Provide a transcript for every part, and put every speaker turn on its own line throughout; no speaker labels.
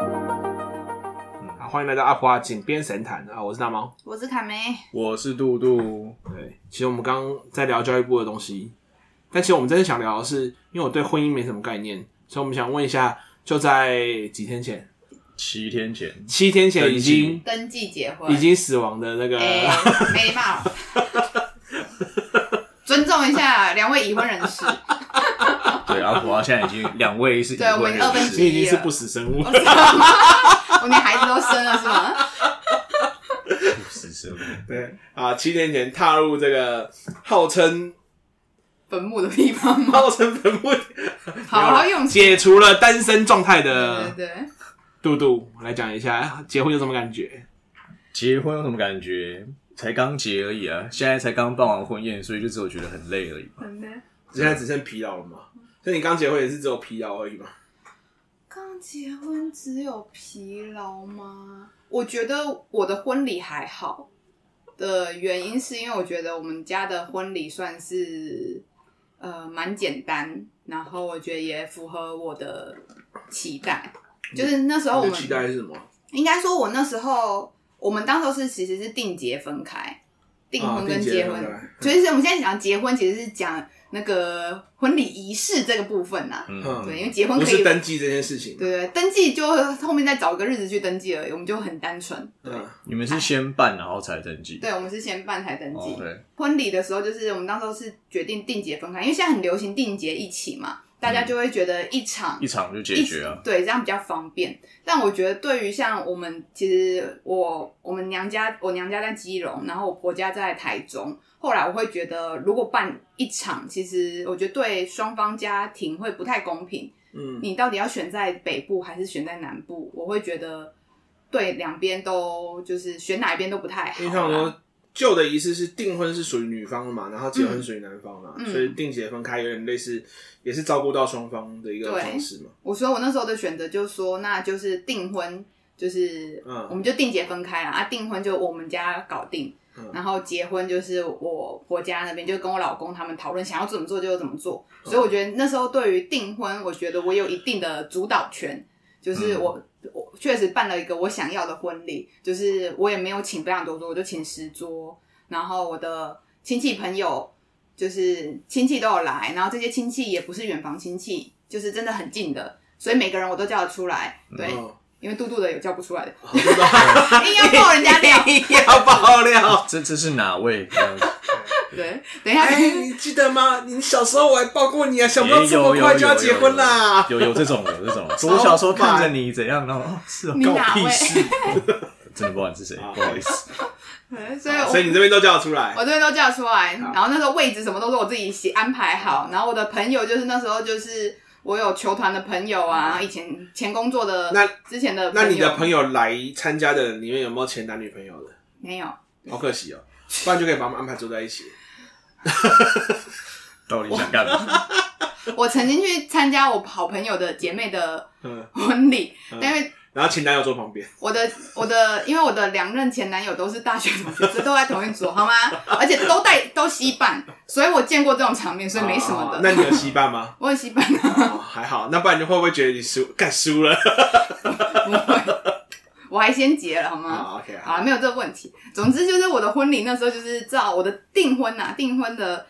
嗯，好欢迎来到阿普阿井边神坛啊！我是大猫。
我是卡梅，
我是杜杜，
对，其实我们刚刚在聊教育部的东西，但其实我们真的想聊的是，因为我对婚姻没什么概念，所以我们想问一下，就在几天前，
七天前
七天前已经
登记结婚
已经死亡的那个，
哎、没礼貌，尊重一下两位已婚人士，
对阿婆现在已经两位是已
对我
婚
已经二分
人
之
你
士，
已经是不死生物
我。知道吗我连孩子都生了是吗？
是是，
对啊，七天前踏入这个号称
坟墓的地方吗？
号称坟墓，
好好用词，
解除了单身状态的
对对对，
杜杜来讲一下结婚有什么感觉？
结婚有什么感觉？才刚结而已啊，现在才刚办完婚宴，所以就只有觉得很累而已吧。
真的。
现在只剩疲劳了嘛？所以你刚结婚也是只有疲劳而已嘛？
刚结婚只有疲劳吗？我觉得我的婚礼还好的原因是因为我觉得我们家的婚礼算是呃蛮简单，然后我觉得也符合我的期待。就是那时候我
你
们
的期待是什么？
应该说，我那时候我们当时候是其实是定结分开，订婚跟结婚，
啊
所以是我们现在讲结婚，其实是讲那个婚礼仪式这个部分呐、
嗯
对，因为结婚
不
可以
是登记这件事情。
对对，登记就后面再找个日子去登记而已，我们就很单纯。对，
嗯，
你们是先办然后才登记，
对我们是先办才登记。
哦对，
婚礼的时候，就是我们当时候是决定定结分开，因为现在很流行定结一起嘛，大家就会觉得一场
一场就解决啊。
对，这样比较方便。但我觉得对于像我们，其实我我们娘家，我娘家在基隆，然后我婆家在台中。后来我会觉得，如果办一场，其实我觉得对双方家庭会不太公平。
嗯，
你到底要选在北部还是选在南部？我会觉得对两边都就是选哪一边都不太好啦。啊
因为他们说旧的仪式是订婚是属于女方的嘛，然后结婚属于男方嘛，
嗯
所以定结分开有点类似，也是照顾到双方的一个
对
方式嘛。
我所以我那时候的选择就是说，那就是订婚，就是
嗯
我们就定结分开了啊，订婚就我们家搞定，
嗯
然后结婚就是我婆家那边就跟我老公他们讨论想要怎么做就怎么做，
嗯
所以我觉得那时候对于订婚，我觉得我有一定的主导权，
嗯
就是我。我确实办了一个我想要的婚礼，就是我也没有请非常多桌，我就请十桌，然后我的亲戚朋友就是亲戚都有来，然后这些亲戚也不是远房亲戚，就是真的很近的，所以每个人我都叫得出来。对，
嗯，
因为嘟嘟的有叫不 出来的，
好知道
硬要爆人家 料。
要爆 料。
这这是哪位？呃这样子
对，等一下，
哎，你记得吗？你小时候我还抱过你啊，想不到
也
这
哎有
么
有
快
有
就要结婚啦。
有有有这种有 这种。我小时候看着你怎样，然后哦是啊，
你
关我
哪
屁
位啊
事。 真的不管是谁，不好意思。
对所以我
啊所以你这边都叫得出来
我，这边都叫出来，然后那时候位置什么都是我自己写安排好，然后我的朋友就是那时候就是我有球团的朋友啊，以前前工作的
那
之前的
那你的
友
朋友来参加的人里面有没有前男女朋友的？
没有，
好可惜 哦，不然就可以把他们安排坐在一起。
到底想 干嘛？
我曾经去参加我好朋友的姐妹的
嗯，
婚礼，
嗯
但因为
然后前男友坐旁边，
我的我的，因为我的两任前男友都是大学同学，所以都在同一组，好吗？而且都带都吸伴，所以我见过这种场面，所以没什么
哦
的。
那你有稀饭吗？
我有吸伴 啊，
哦，还好，那不然你会不会觉得你输干输了？
不会，我还先结了，好吗？
啊，OK，
啊，
好，
没有这个问题。总之就是我的婚礼那时候就是照我的订婚呐、订婚的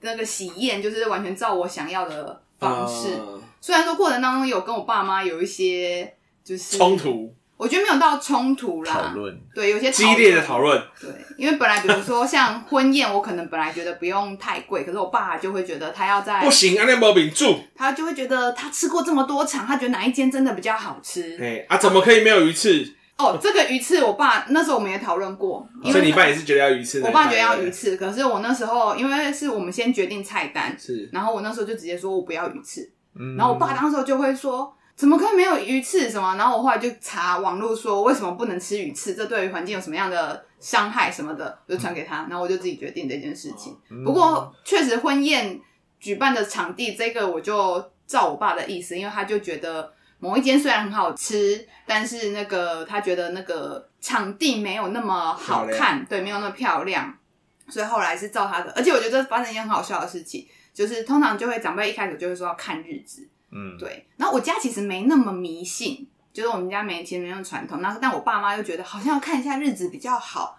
那个喜宴，就是完全照我想要的方式。
嗯
虽然说过程当中有跟我爸妈有一些就是
冲，突
我觉得没有到冲突啦，
讨论
对，有些
激烈的讨论，
对，因为本来比如说像婚宴，我可能本来觉得不用太贵，可是我爸就会觉得他要在
不，行，安内毛饼住，
他就会觉得他吃过这么多场，他觉得哪一间真的比较好吃。
哎啊，怎么可以没有鱼刺？
哦，这个鱼翅，我爸那时候我们也讨论过，因
所以
为
你爸也是觉得要鱼刺的，
我爸觉得要鱼
刺
翅，可是我那时候因为是我们先决定菜单，
是，
然后我那时候就直接说我不要鱼翅，
嗯
然后我爸当时候就会说。怎么可以没有鱼翅什么？然后我后来就查网络说为什么不能吃鱼翅，这对于环境有什么样的伤害什么的，我就传给他，然后我就自己决定这件事情。
哦嗯
不过确实婚宴举办的场地，这个我就照我爸的意思，因为他就觉得某一间虽然很好吃，但是那个他觉得那个场地没有那么好
漂
看，对，没有那么漂亮，所以后来是照他的。而且我觉得这发生一件很好笑的事情，就是通常就会长辈一开始就会说要看日子，
嗯，
对。然后我家其实没那么迷信，就是我们家没其实没那么传统。然后但我爸妈又觉得好像要看一下日子比较好。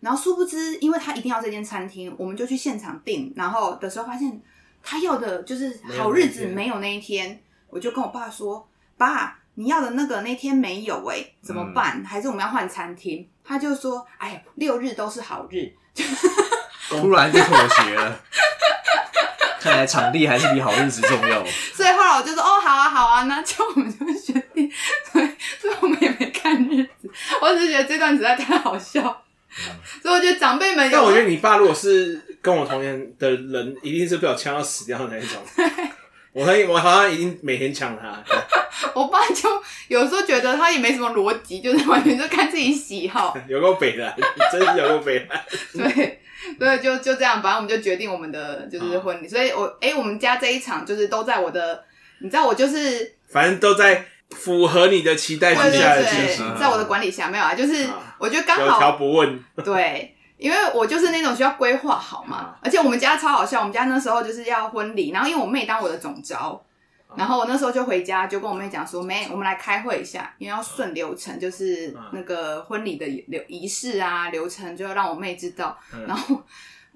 然后殊不知，因为他一定要这间餐厅，我们就去现场订。然后的时候发现他要的就是好日子没有那一天，我就跟我爸说：“爸，你要的那个那天没有哎、怎么办？还是我们要换餐厅？”他就说：“哎，六日都是好日。”
突然就妥协了。 看来场地还是比好日子重要。
所以后来我就说哦，好啊，好啊，那就我们就决定， 所以所以我们也没看日子，我只是觉得这段实在太好笑，所以我觉得长辈们
但
有
我觉得你爸如果是跟我同年的人，一定是被我呛到死掉的那一 种。我很我好像已经每天呛他，
我爸就有时候觉得他也没什么逻辑，就是完全就看自己喜好，
有够北的，真是有够北的。
对，所以就就这样，反正我们就决定我们的就是婚礼，所以我哎、我们家这一场就是都在我的，你知道我就是
反正都在符合你的期待
对
之
对
下的进
对
行，，
在我的管理下没有啊，就是
啊
我觉得刚
有
好
条不紊。
对，因为我就是那种需要规划好嘛
啊，
而且我们家超好笑，我们家那时候就是要婚礼，然后因为我妹当我的总招，
啊
然后我那时候就回家就跟我妹讲说，妹，我们来开会一下，因为要顺流程，就是
嗯
那个婚礼的流仪式啊流程，就要让我妹知道。
嗯
然后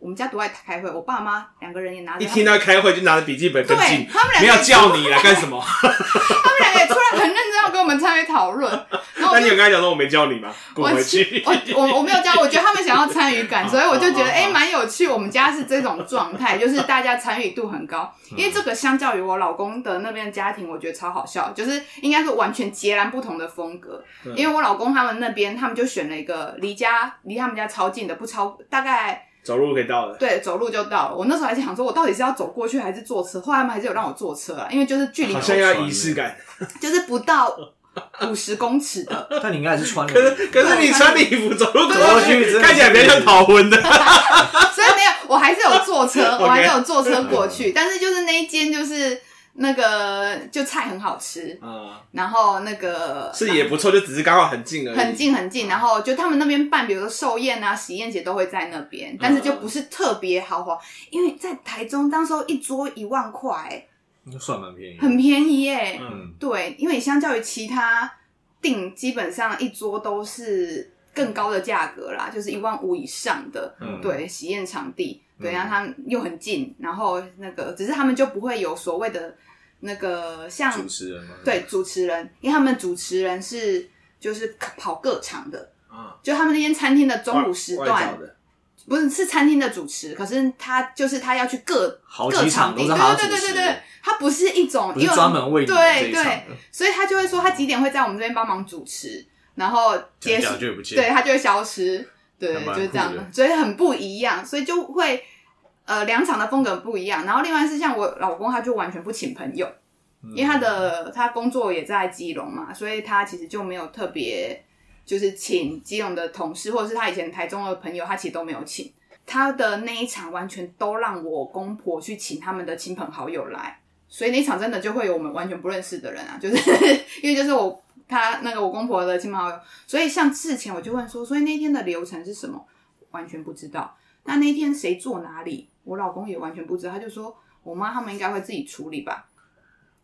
我们家多爱开会，我爸妈两个人也拿 着
一
他
听
们，
到开会就拿着笔记本跟
对
进，
他们两个
没有叫你来干什 么？
哦他们两个也突然很认真要跟我们参与讨 论，然后
那
我
你
就
有跟他讲说我没叫你 吗？滚
我
回
其
去。
我我我没有这样，我觉得他们想要参与感，
啊
所以我就觉得
啊啊
哎，诶蛮、有趣。我们家是这种状态，就是大家参与度很高，
嗯
因为这个相较于我老公的那边的家庭，我觉得超好笑，就是应该是完全截然不同的风格。
嗯
因为我老公他们那边，他们就选了一个离家离他们家超近的，不超大概
走路可以到的，
对走路就到了。我那时候还想说，我到底是要走过去还是坐车？后来他们还是有让我坐车了，因为就是距离
好像要仪式 感。
就是不到五十公尺的。
但你应该还是穿了。
可是可是你穿礼服走路过
对对
去，
对
看起来比较像逃婚 的。
所以没有，我还是有坐车，
OK 嗯
我还是有坐车过去，但是就是那一间就是那个就菜很好吃，
啊，
然后那个
是也不错，就只是刚好很近而已。
很。近很近，然后就他们那边办，比如说寿宴啊、喜宴节都会在那边，但是就
嗯
不是特别豪华，因为在台中当时候一桌一万块、
那算蛮便宜的，
很便宜耶、
嗯，
嗯，
对，因为相较于其他订，基本上一桌都是更高的价格啦，就是一万五以上的。
嗯
对，喜宴场地，对，
嗯
然后他们又很近，然后那个只是他们就不会有所谓的那个像
主持人嘛，
对主持人，因为他们主持人是就是跑各场的，
啊，
就他们那间餐厅的中午
外
时
外
段
找的
不是是餐厅的主持，可是他就是他要去各
好
各
几
场
场
地，
都
对
是他
对对
主
对
持
对，他不是一种，
不
因
是
为
专门为你的这
对
一场的
对，，所以他就会说他几点会在我们这边帮忙主持，然后结
讲
束
讲就也不见，
对，它就会消失。对，
还蛮
就是
酷
这样
的
的，所以很不一样，所以就会呃两场的风格不一样。然后另外是像我老公，他就完全不请朋友，
嗯，
因为他的他工作也在基隆嘛，所以他其实就没有特别就是请基隆的同事，或者是他以前台中的朋友，他其实都没有请。他的那一场完全都让我公婆去请他们的亲朋好友来，所以那一场真的就会有我们完全不认识的人啊，就是 因为就是我他那个我公婆的亲朋好友，所以哎像事前我就问说，所以那天的流程是什么，完全不知道。那那天谁坐哪里，我老公也完全不知道，他就说我妈他们应该会自己处理吧，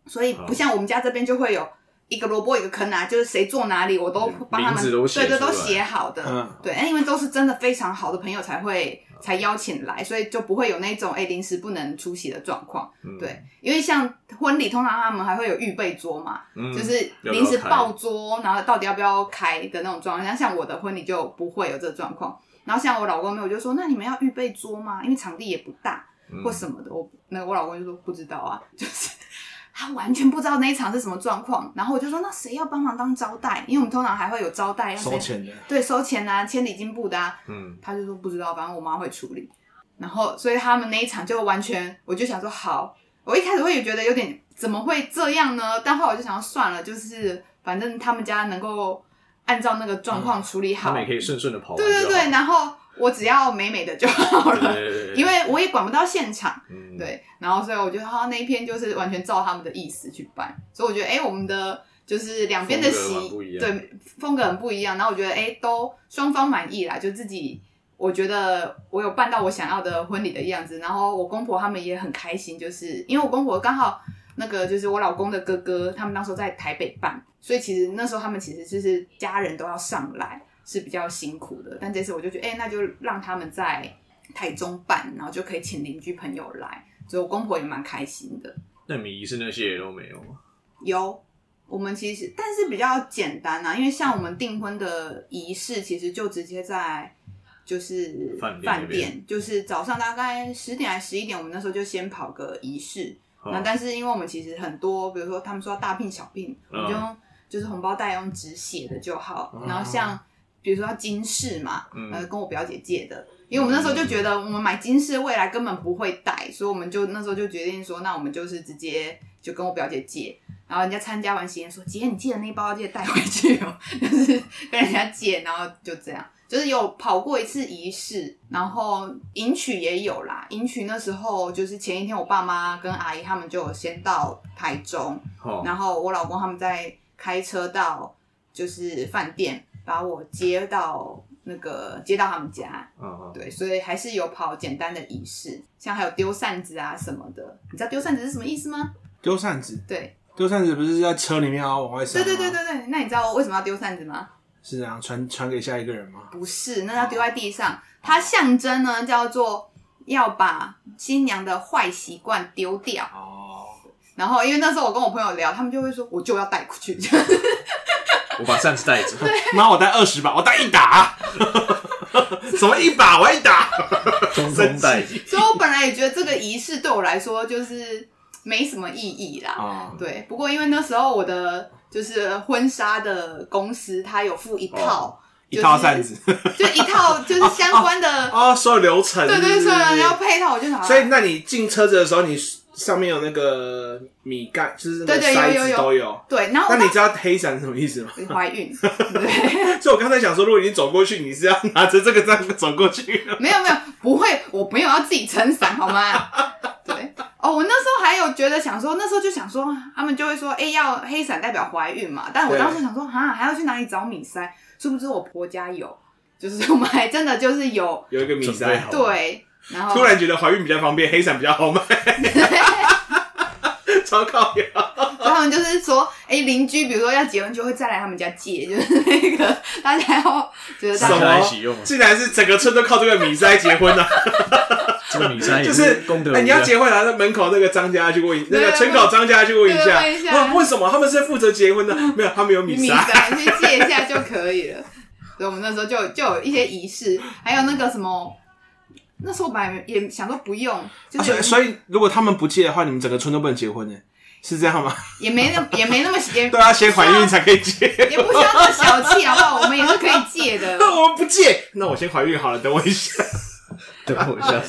所以不像我们家这边就会有一个萝卜一个坑啊，就是谁坐哪里我都帮他
名
们，
字都写
对对
出
都
来
写好的，
嗯，
对，哎因为都是真的非常好的朋友才会才邀请来，所以就不会有那种哎临时不能出席的状况。
嗯
对，，因为像婚礼，通常他们还会有预备桌嘛，
嗯
就是
要不要
临时
开
爆桌，然后到底要不要开的那种状况。像像我的婚礼就不会有这个状况。然后像我老公没有，我就说那你们要预备桌吗？因为场地也不大
嗯
或什么的。我那个我老公就说不知道啊，就是他完全不知道那一场是什么状况。然后我就说那谁要帮忙当招待？因为我们通常还会有招待要
收
谁
钱的，
对，收钱啊，千里金布的啊。
嗯，
他就说不知道，反正我妈会处理。然后，所以他们那一场就完全，我就想说好，我一开始会觉得有点怎么会这样呢？但后来我就想说算了，就是反正他们家能够按照那个状况处理
他
好，
们也可以顺顺的跑完就
对
好，
对对，然后我只要美美的就好
对
了，
对对对，
因为我也管不到现场。
嗯，
对，然后所以我觉得他那一篇就是完全照他们的意思去办，所以我觉得哎、诶我们的就是两边的
风格
席
蛮不一样
对风格很不一样，然后我觉得哎、诶都双方满意啦，就自己。我觉得我有办到我想要的婚礼的样子，然后我公婆他们也很开心，就是因为我公婆刚好那个就是我老公的哥哥，他们那时候在台北办，所以其实那时候他们其实就是家人都要上来是比较辛苦的，但这次我就觉得，哎、那就让他们在台中办，然后就可以请邻居朋友来，所以我公婆也蛮开心的。
那你们仪式那些也都没有吗？
有，我们其实但是比较简单啊，因为像我们订婚的仪式，其实就直接在就是
饭店那边
就是早上大概十点还十一点，我们那时候就先跑个仪式。
哦
那但是因为我们其实很多，比如说他们说要大聘小聘，我
嗯
们就用就是红包袋用纸写的就好。
哦
然后像比如说要金饰嘛，
嗯
呃，跟我表姐借的。因为我们那时候就觉得，我们买金饰未来根本不会戴，所以我们就那时候就决定说，那我们就是直接就跟我表姐借，然后人家参加完喜宴说：“姐，你记得那包要记得带回去哦。” 就是跟人家借，然后就这样，就是有跑过一次仪式，然后迎娶也有啦。迎娶那时候就是前一天，我爸妈跟阿姨他们就有先到台中，
哦，
然后我老公他们再开车到就是饭店把我接到那个接到他们家，
嗯嗯，
对，所以还是有跑简单的仪式，像还有丢扇子啊什么的。你知道丢扇子是什么意思吗？
丢扇子，
对，
丢扇子不是在车里面要往外扇
对
吗？
对对对对。那你知道为什么要丢扇子吗？
是这样传传给下一个人吗？
不是，那要丢在地上。它象征呢叫做要把新娘的坏习惯丢掉。
哦，
然后因为那时候我跟我朋友聊，他们就会说我就要带过去，就是
我把扇子带着，
妈，我带二十把，我带一打， 什么一把，我要一打，
通通带着。
所以我本来也觉得这个仪式对我来说就是没什么意义啦。
啊，
对，不过因为那时候我的就是婚纱的公司，它有附一套，
哦一套扇子，
就一套就是相关的，
哦，所有流程，
对对对，所以要配套，我就想要，
所以，那你进车子的时候，你上面有那个米盖，就是那个
对对有
塞
有
子
有
都有。
对，然后
那
我
你知道黑伞是什么意思 吗？
当怀 孕，对。
所以我刚才想说，如果你走过去，你是要拿着这个这样走过去。
没有没有，不会，我没有要自己撑伞，好吗？对，哦，我那时候还有觉得想说，那时候就想说，他们就会说，哎、要黑伞代表怀孕嘛。但我
对
当时想说，哈，还要去哪里找米塞？殊不知我婆家有，就是我们还真的就是有，
有一个米
准备
塞
好，
对，啊然后
突 然觉得怀孕比较方便， 黑伞比较好买，超 靠呀！
所以他们就是说，哎、邻居比如说要结婚就会再来他们家借，就是那个大家要觉得大
什
大
家
家
么
一起用
竟啊然是整个村都靠这个米塞结婚了、啊
这个米塞也
就是
功德无
哎，
量。
你要结婚，然后门口那个张家去问一，那
对啊
个村口张家去问一
对啊
下
问一，下
哇，为什么他们是负责结 婚的？没有，他们有米
米
塞。
塞去借一下就可以了。所以我们那时候就就有一些仪式，还有那个什么，那时候本来也想说不用，就
啊
是、
所以，所以如果他们不借的话，你们整个村都不能结 婚呢，是这样吗？
也没那也没那么也
对啊，先怀孕才可以借。
也不需要那么小气，好不好？我们也是可以借的。
那 我们不借，那我先怀孕好了，等我一下。
等我一下，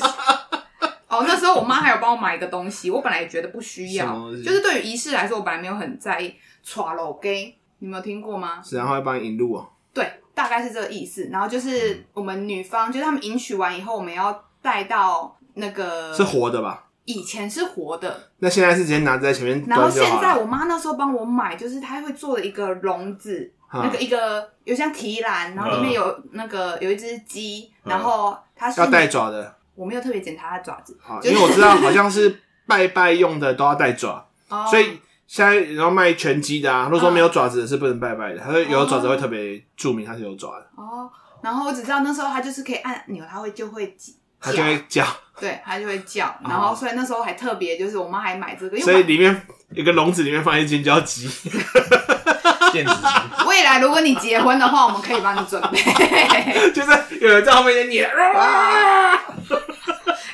哦，那时候我妈还有帮我买一个东西，我本来也觉得不需
什
要
么东，西
就是对于仪式来说，我本来没有很在意。耍楼 gay，你们有听过吗？
然后会帮你引路哦。
对，大概是这个意思。然后就是我们女方，就是他们迎娶完以后，我们要带到那个
是活的吧？
以前是活的，
那现在是直接拿在前面
然后
端嗯
现
就好
在
了。
我妈那时候帮我买，就是她会做的一个笼子，
嗯
那个一个有像提篮，然后里面有那个有一只鸡，
嗯
然后它是
要带，爪的，
我没有特别检查它的爪子，
好，
就
因
是
为我知道好像是拜拜用的都要带爪，
哦
所以现在然后卖全鸡的啊，如果说没有爪子的是不能拜拜的，它是有爪子会特别注明它是有爪的，
嗯哦，然后我只知道那时候它就是可以按钮，它会就会叫，
它就会叫，
对，它就会叫，然后所以那时候还特别，就是我妈还买这个，因
所以
为
里面一个笼子里面放一只尖椒鸡，
电子鸡
未来如果你结婚的话，我们可以帮你准备。
就是有人在后面撵， 啊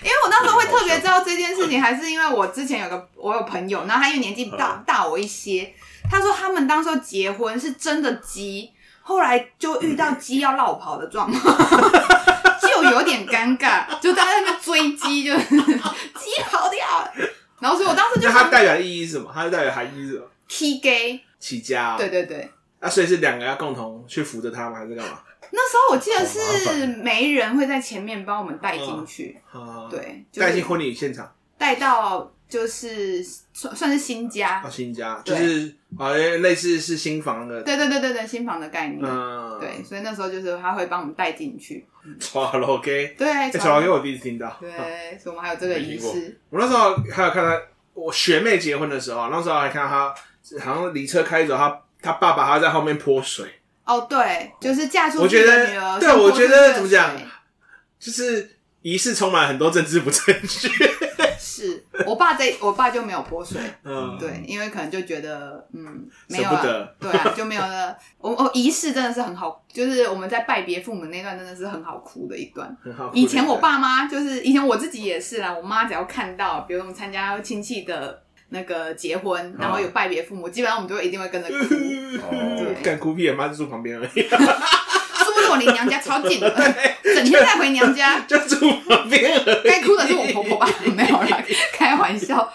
因为我那时候会特别知道这件事情，还是因为我之前有个我有朋友，然后他因为年纪
嗯
大大我一些，他说他们当时候结婚是真的鸡，后来就遇到鸡要绕跑的状况， 就有点尴尬，就大家在那边追鸡，就是鸡跑掉了。然后所以我当时就
那它
想
代表的意义是什么？它代表含义是什么？
T gay，
起家、哦，
对对对，
啊，所以是两个要共同去扶着它吗？还是干嘛？
那时候我记得
好麻
是媒人会在前面帮我们带进去，
啊，，
对，就
带进
是啊
婚礼现场，
带到就是算算是新家
啊，，新家就是啊，类似是新房的，
对对对对对，新房的概念。
嗯，
对，，所以那时候就是他会帮我们带进去，
炒老 K，
对，
炒老 K 我第一次听到，
对，所以我们还有这个仪式，
我那时候还有看他，我学妹结婚的时候，那时候还看到他，好像离车开走，他他爸爸还在后面泼水，
哦，对，就是嫁出
我觉
去
得
的女儿，
对
像
我
泼出
觉
去
得
的
怎么讲
水
就是仪式充满很多政治不正确。
是我爸这，我爸就没有泼水，
嗯，
对，因为可能就觉得，嗯，没
舍
有
不
啊
得，
对啊，就没有了。我 哦，仪式真的是很好，就是我们在拜别父母那段真的是很好哭的一段。
很好。
以前我爸妈就是，以前我自己也是啦，我妈只要看到，比如我们参加亲戚的那个结婚，然后
嗯
有拜别父母，基本上我们就一定会跟着哭。是
哦
干哭屁，妈就住旁边而已，
不是我离娘家超 近的，整天带回娘家？
就住旁边 而已。
该哭的是我婆婆吧？ 没有啦，开玩笑。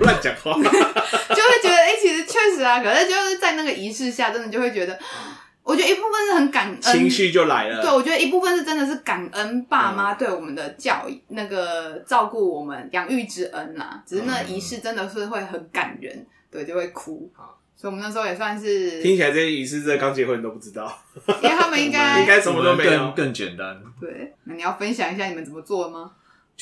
乱讲话。
就会觉得，哎、其实确实啊，可是就是在那个仪式下，真的就会觉得，我觉得一部分是很感恩，
情绪就来
对，
了。
呃
我觉得一部分是真的是感恩爸妈
嗯
对我们的教育、那个照顾我们养育之恩呐、只是那仪式真的是会很感人，对，就会哭
好。
所以我们那时候也算是，
听
因
起来这些仪式，这刚结婚都不知道，
为他们应 该
应该什么都没
我们更
有。
更简单，
对，那你要分享一下你们怎么做吗？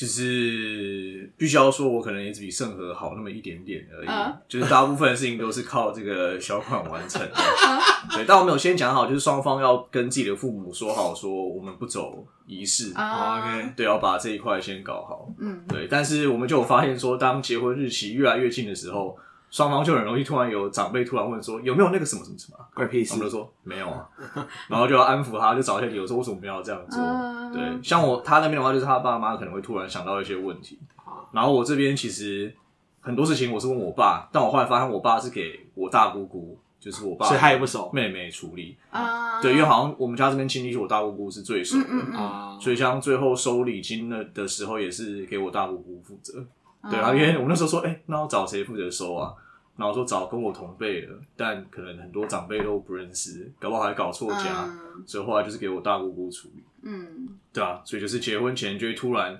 就是必须要说，我可能也只比盛和好那么一点点而已。
嗯
就是大部分的事情都是靠这个小款完成的。 对，但我们有先讲好，就是双方要跟自己的父母说好，说我们不走仪式，嗯
啊、
OK
对，要把这一块先搞好。
嗯，
对，但是我们就有发现说，当结婚日期越来越近的时候，双方就很容易突然有长辈突然问说有没有那个什么什么什么啊，
怪屁
他们就说没有啊， 然后就要安抚他，就找一些理由说为什么不要这样做。
嗯
对，像我他那边的话，就是他爸妈可能会突然想到一些问题，
哦
然后我这边其实很多事情我是问我爸，但我后来发现我爸是给我大姑姑，就是我爸
所以他也不熟
妹妹处理。
啊，
对，因为好像我们家这边亲戚是我大姑姑是最熟的，
嗯嗯嗯
啊，
所以像最后收礼金的的时候，也是给我大姑姑负责。
嗯
对啊，因为我那时候说，哎、那要找谁负责收啊？然后说找跟我同辈的，但可能很多长辈都不认识，搞不好还搞错家，
嗯
所以后来就是给我大姑姑处理。
嗯，
对啊，所以就是结婚前就会突然，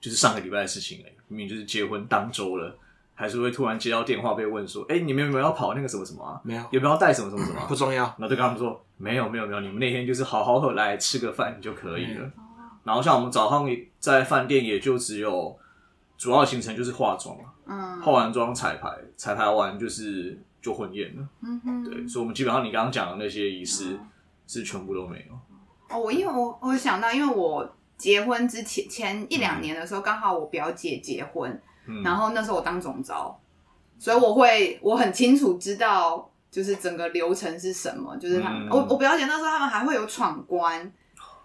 就是上个礼拜的事情哎、明明就是结婚当周了，还是会突然接到电话被问说，哎、你们有没有要跑那个什么什么啊？
没有
有没有要带什么什么什么、啊
不？
嗯
重要。
然后就跟他们说，没有没有没有，你们那天就是好好的来吃个饭就可以了。
嗯
然后像我们早上在饭店也就只有主要行程就是化妆啊嘛，
嗯，
化完妆彩排，彩排完就是就婚宴了。
嗯哼
对，所以我们基本上你刚刚讲的那些仪式是全部都没有。
哦，我因为我我想到，因为我结婚之前前一两年的时候，刚好我表姐结婚，
嗯，
然后那时候我当总招，所以我会我很清楚知道。就是整个流程是什么？就是他们，
嗯
我我表姐那时候他们还会有闯关，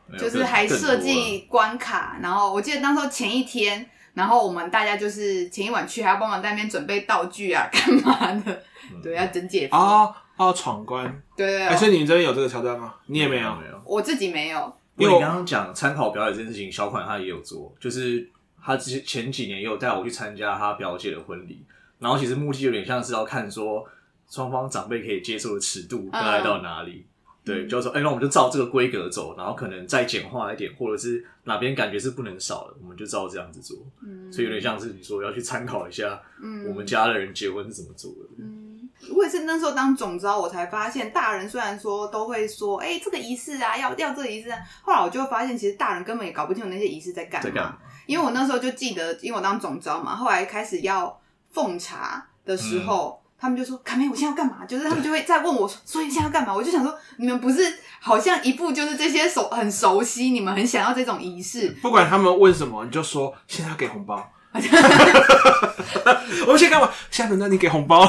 没有
就是
更
还
更多
设
了
计关卡。然后我记得那时候前一天，然后我们大家就是前一晚去，还要帮忙在那边准备道具啊，干嘛的？
嗯
对，要整姐夫。
哦哦，闯关。
对对
哎，
对，
所以你们这边有这个桥段吗？你也没有
没。有。
我自己没有。
因为我刚刚讲参考表演这件事情，小款他也有做，就是他之前几年也有带我去参加他表姐的婚礼，然后其实目的有点像是要看说双方长辈可以接受的尺度
嗯
大概到哪里。对，就是说，哎、那我们就照这个规格走，然后可能再简化一点，或者是哪边感觉是不能少的，我们就照这样子做。
嗯，
所以有点像是你说要去参考一下
嗯
我们家的人结婚是怎么做的。
嗯，我也是那时候当总招，我才发现大人虽然说都会说，哎、这个仪式啊，要要这个仪式、啊，后来我就发现其实大人根本也搞不清楚那些仪式在干
在干
嘛
嘛。
因为我那时候就记得，因为我当总招嘛，后来开始要奉茶的时候，他们就说：“卡梅，我现在要干嘛？”就是他们就会再问我说：“所以你现在要干嘛？”我就想说，你们不是好像一副就是这些熟很熟悉，你们很想要这种仪式，
不管他们问什么，你就说现在要给红 包。我们先干嘛？现在轮到你给红包。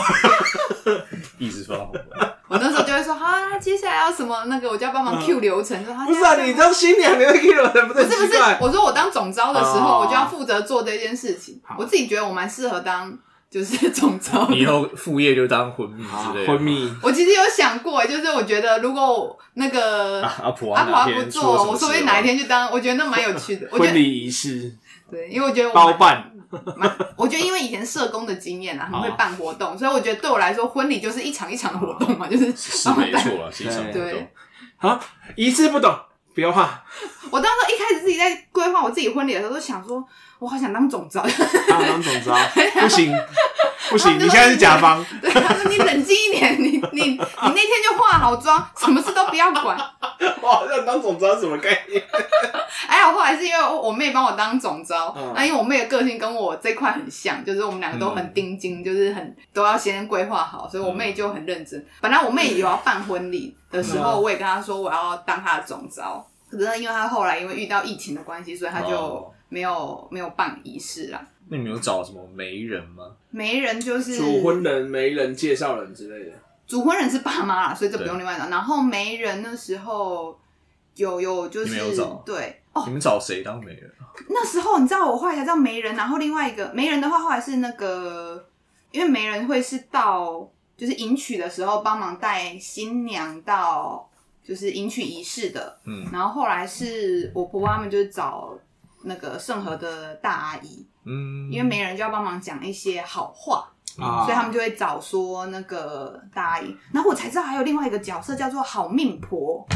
一直发红包，
我那时候就会说：“好、啊，那接下来要什么那个，我就要帮忙 Q 流程。说他
不是啊，
现在要干嘛
你当新娘你会 Q 人，不是
不是不
很
是
奇怪，？
我说我当总招的时候，
哦
我就要负责做这件事情
好。
我自己觉得我蛮适合当就是总招
你
的。
以后副业就当婚蜜
啊
之类的。
婚蜜
我其实有想过，就是我觉得如果那个
啊，阿婆
阿
啊
婆
哪
阿不
天出了什
做，
么
我说不定
事啊
哪一
了
天去当，我觉得那蛮有趣的。我觉
婚
得
礼仪式
对，因为我觉得我
包
蛮
办，
蛮，我觉得因为以前社工的经验啊，很会
好
办活动，所以我觉得对我来说，婚礼就是一场一场的活动嘛，就是
是没错啊，是一场活动
哦对。
仪式不懂，不要怕，
我当时一开始自己在规划我自己婚礼的时候，都想说，我好想当总招，
当当总招，
很想
不行不行，
然后
你
就说
现在是甲 方，
对，他说你冷静一点，你你你那天就化好妆，什么事都不要管。
我好像当总招什么概念？
还好后来是因为哎我我妹帮我当总招，那、
嗯
因为我妹的个性跟我这块很像，就是我们两个都很盯紧，就是很都要先规划好，所以我妹就很认真。本来我妹有要办婚礼的时候，
嗯
我也跟她说我要当她的总招，可是呢因为她后来因为遇到疫情的关系，所以她就
哦
没有、没有办仪式啦。
那你们有找什么媒人吗？
媒人就是
主婚人、媒人、介绍人之类的。
主婚人是爸妈啦，所以这不用另外找。然后媒人那时候有有就
你
是
没有找
对哦，
你们找谁当媒人？啊
那时候你知道我后来才知道媒人，然后另外一个媒人的话，后来是那个，因为媒人会是到就是迎娶的时候帮忙带新娘到就是迎娶仪式的，
嗯
然后后来是我婆婆他们就是找那个盛和的大阿姨，
嗯，
因为媒人就要帮忙讲一些好话，
啊
所以他们就会找说那个大阿姨，然后我才知道还有另外一个角色叫做好命婆。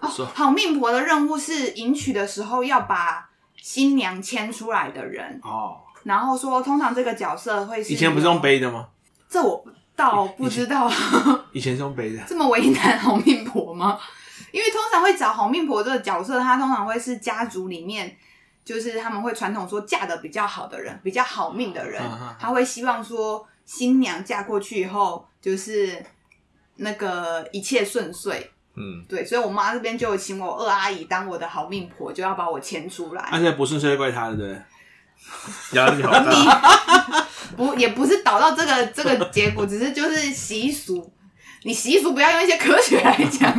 哦
是，
好命婆的任务是迎娶的时候要把新娘牵出来的人，
哦，
然后说通常这个角色会是
以前不是用，背的吗？
这我倒不知道
以前是用背的。
这么为难好命婆吗？ 因为通常会找好命婆这个角色，她通常会是家族里面，就是他们会传统说嫁的比较好的人，比较好命的人
啊啊啊，
她会希望说新娘嫁过去以后，就是那个一切顺遂。
嗯，
对，所以我妈这边就有请我二阿姨当我的好命婆，就要把我牵出来。
按在不顺遂怪他的，对不对？
压力 好大。
啊
不也不是导到这个这个结果，只是就是习俗。你习俗不要用一些科学来讲，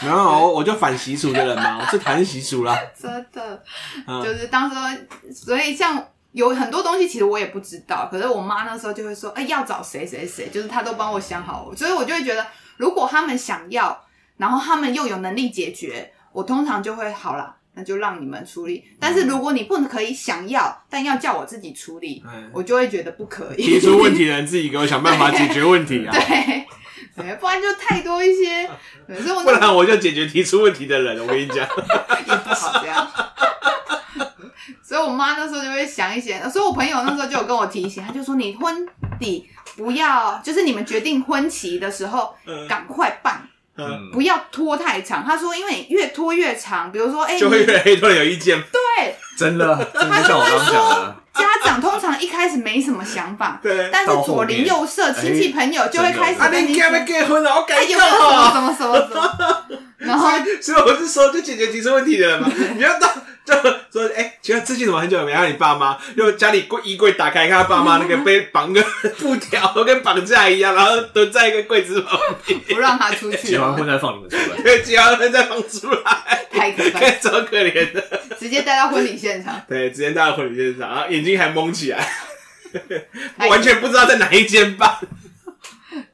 没有，我我就反习俗的人嘛，我最讨厌习俗啦。
真的。
嗯
就是当时候，所以像有很多东西，其实我也不知道。可是我妈那时候就会说，哎、要找谁谁谁，就是她都帮我想好，所以我就会觉得，如果他们想要，然后他们又有能力解决，我通常就会好啦，那就让你们处理。
嗯
但是如果你不能可以想要，但要叫我自己处理，
嗯
我就会觉得不可以。
提出问题的人自己给我想办法解决问题啊，
对，对，不然就太多一些，对所以我
不
那
然我就解决提出问题的人。我跟你讲，
也不好这样。 所以我妈那时候就会想一些，所以我朋友那时候就有跟我提醒，她就说你婚礼不要，就是你们决定婚期的时候
嗯
赶快办，
嗯
嗯，
不要拖太长。她说，因为你越拖越长，比如说，哎、
就会
你
越来越多人有意见。
对
真的，真的像我刚讲 的，
家长通常一开始没什么想法，
对
但是
到后
左邻
面
右舍、亲戚朋友就会
真的
开始
哎啊，
跟
你
你
干
讲，
没结婚啊？我
哎，
改
有
掉
没有什么
了。
什么什么什么， 然后
所以，所以我是说，就解决提出问题的人嘛。你不要到就说，哎、请问最近怎么很久没看到你爸妈？就家里柜衣柜打开，看他爸妈那个被绑个布条，跟绑架一样，然后蹲在一个柜子旁边，
不让他出去
结，完婚再放你们出来。
其他人再放出来，
太可怕了，
看超可怜的。
直接带到婚礼现场。
对，直接带到婚礼现场，然后眼睛还蒙 起来，
太
完全不知道在哪一间办。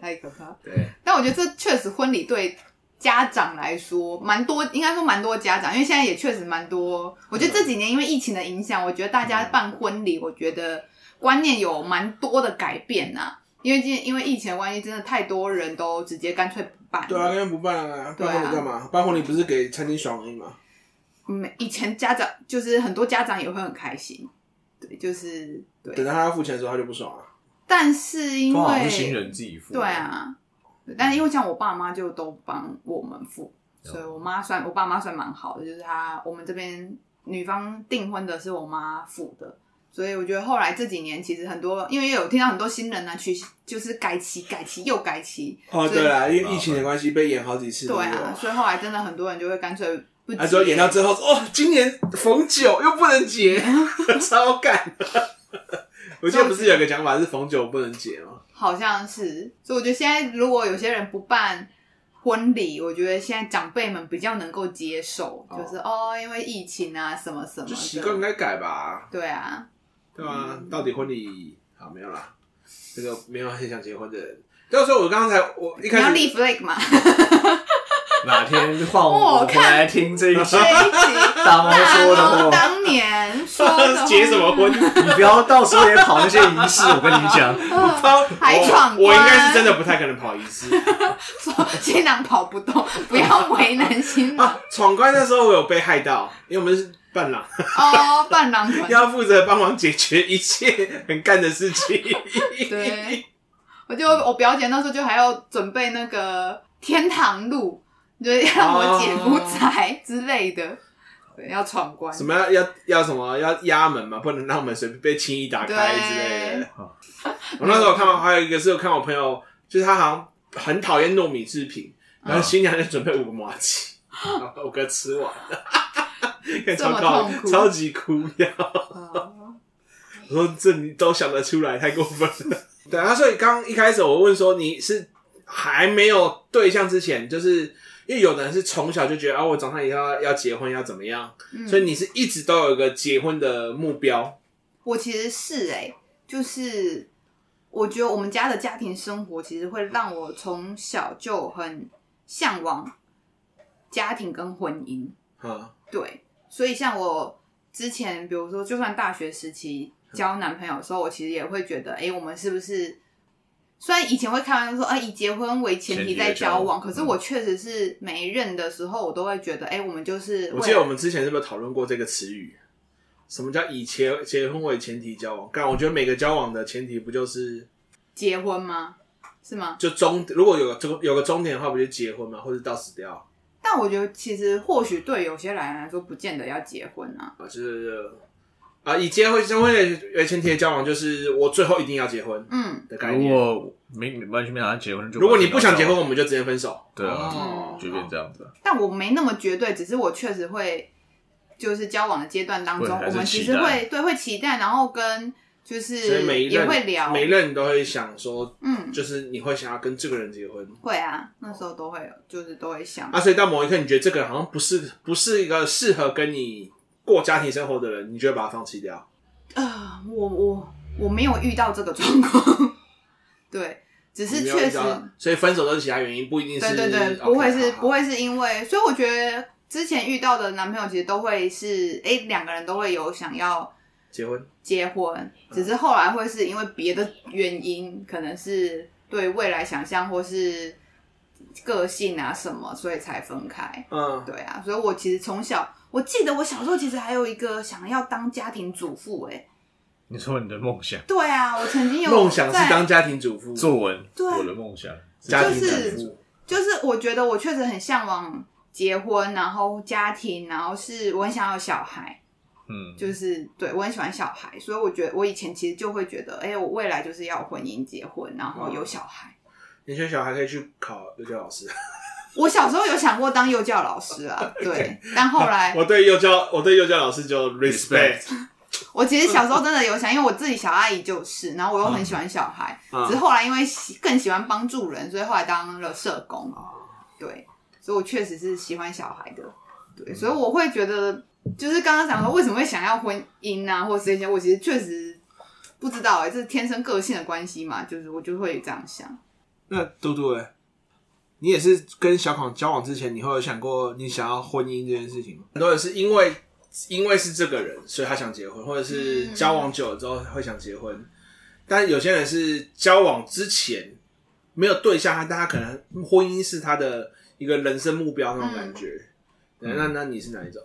太可怕。
对，
但我觉得这确实婚礼对家长来说蛮多，应该说蛮多家长，因为现在也确实蛮多。我觉得这几年因为疫情的影响，我觉得大家办婚礼，我觉得观念有蛮多的改变呐、
嗯
因为今因为疫情的关系，真的太多人都直接干脆不办。
对啊，因为不办啊，
对
办
啊
婚礼干嘛？办婚礼不是给餐厅爽而已嘛？
嗯，以前家长就是很多家长也会很开心，对，就是
等
对，
到他要付钱的时候，他就不爽了、啊。
但是因
通常
为
是新人自己付。
对，啊，但是因为像我爸妈就都帮我们付，
了
哦
所以我妈算我爸妈算蛮好的，就是他我们这边女方订婚的是我妈付的，所以我觉得后来这几年其实很多，因为有听到很多新人呢、啊去就是改期改期又改期，
哦，
所以
对啦，因为疫情的关系，被演好几次。
对
不
啊，所以后来真的很多人就会干脆不
他说
结
哦演到最后，哦，今年逢九又不能 结，超干。我记得不是有个讲法是逢九不能结吗？
好像是，所以我觉得现在如果有些人不办婚礼，我觉得现在长辈们比较能够接受，
哦
就是哦，因为疫情啊什么什么
就
的，
习惯应该改吧，嗯
对啊，
对吧、到底婚礼好没有啦？这个没有很想结婚的人，对啊，所以我刚才我一
你要
开始
leave leg 嘛？
哪天换
哦我
我回来听这一 集
这一集
大猫
大
说 的
猫
话，
当年说 的话
结哦什么？婚？
你不要到时候也跑那些仪式。我跟你讲，
还闯关
我我应该是真的不太可能跑仪 式
说 新郎跑不动，不要为难新郎
啊。。闯关那时候我有被害到，因为我们是伴郎
哦，伴郎团
要负责帮忙解决一切很干的事 情。
对，我就我表姐那时候就还要准备那个天堂路，就是要让我
哦
姐夫仔之类的，对，要闯关。
什么要要要什么要压门嘛，不能让门随便被轻易打开之类的。
哦
我那时候看到还有一个是我看我朋友，就是他好像很讨厌糯米制品，
哦
然后新娘就准备五个麻糬， 然后五个吃完了，看超高
这么痛苦
超级哭呀！
哦
我说这你都想得出来，太过分了。 对啊，所以刚一开始我问说你是还没有对象之前，就是因为有的人是从小就觉得啊，我长大以后要要结婚要怎么样，
嗯
所以你是一直都有一个结婚的目标。
我其实是哎、就是我觉得我们家的家庭生活其实会让我从小就很向往家庭跟婚姻。
嗯
对，所以像我之前，比如说，就算大学时期交男朋友的时候，我其实也会觉得，哎、我们是不是？虽然以前会开玩笑说，啊，以结婚为前
前
提
提
在
在
交
交
往，
往
可是我确实是每一任的时候，我都会觉得，哎、我们就是
我
为
记得
了
我们之前是不是讨论过这个词语？什么叫以结结婚为前提交往？但我觉得每个交往的前提不就是
结婚吗？是吗？
就终，如果有个终有个终点的话，不就结婚吗？或者到死掉啊？
但我觉得其实或许对有些人来说，不见得要结婚啊。
就是啊，以结婚结婚为为前提的交往，就是我最后一定要结婚
嗯，
的概
如
念。
果没没完全没打算结婚，就
如果你不想结婚，，我们就直接分手。
对啊
哦
就变这样子。
但我没那么绝对，只是我确实会，就是交往的阶段当中，
会还
我
是
们其
期
实
待
会对会期待，然后跟就
所以
是
每一
也
任
会聊，
每一任你都会想说，
嗯，
就是你会想要跟这个人结婚
会啊，那时候都会有，就是都会想，
啊，所以到某一刻你觉得这个人好像不是不是一个适合跟你过家庭生活的人，你就会把他放弃掉。
呃，我我我没有遇到这个状况， 对，只是
你没有
确
遇
实
到，所以分手都是其他原因，不一定是
对对对，
OK，
不会是
好
不会是因为，所以我觉得之前遇到的男朋友其实都会是，哎、两个人都会有想要。
结婚
结婚，
嗯
只是后来会是因为别的原因，可能是对未来想象或是个性啊什么，所以才分开。
嗯
对啊，所以我其实从小，我记得我小时候其实还有一个想要当家庭主妇、欸，哎，
你说你的梦想，
对啊，我曾经有
梦想是
在
当家庭主妇，
作文，
对
我的梦想，
家庭主
就是
妇，
就是我觉得我确实很向往结婚，然后家庭，然后是我很想要有小孩，
嗯，
就是对我很喜欢小孩，所以我觉得我以前其实就会觉得，哎、我未来就是要有婚姻、结婚，然后有小孩。
你学小孩可以去考幼教老师。
我小时候有想过当幼教老师 啊，对，但后来
我对幼教，我对幼教老师就 respect，
我其实小时候真的有想，因为我自己小阿姨就是，然后我又很喜欢小孩，
嗯
只是后来因为喜更喜欢帮助人，所以后来当了社工。
哦
对，所以我确实是喜欢小孩的，
嗯
对，所以我会觉得，就是刚刚讲说为什么会想要婚姻啊，或是这些，我其实确实不知道哎、这是天生个性的关系嘛，就是我就会这样想。
哦那嘟嘟哎，你也是跟小广交往之前，你会有想过你想要婚姻这件事情吗？很多人是因为因为是这个人，所以他想结婚，或者是
嗯
交往久了之后会想结婚，但有些人是交往之前没有对象，他但他可能婚姻是他的一个人生目标那种感觉。对那那你是哪一种？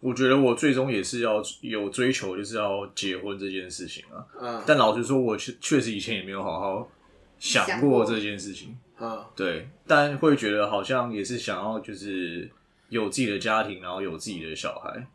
我觉得我最终也是要有追求，就是要结婚这件事情啊。
嗯
但老实说，我确确实以前也没有好好想过这件事情，
嗯
对，但会觉得好像也是想要就是有自己的家庭，然后有自己的小孩。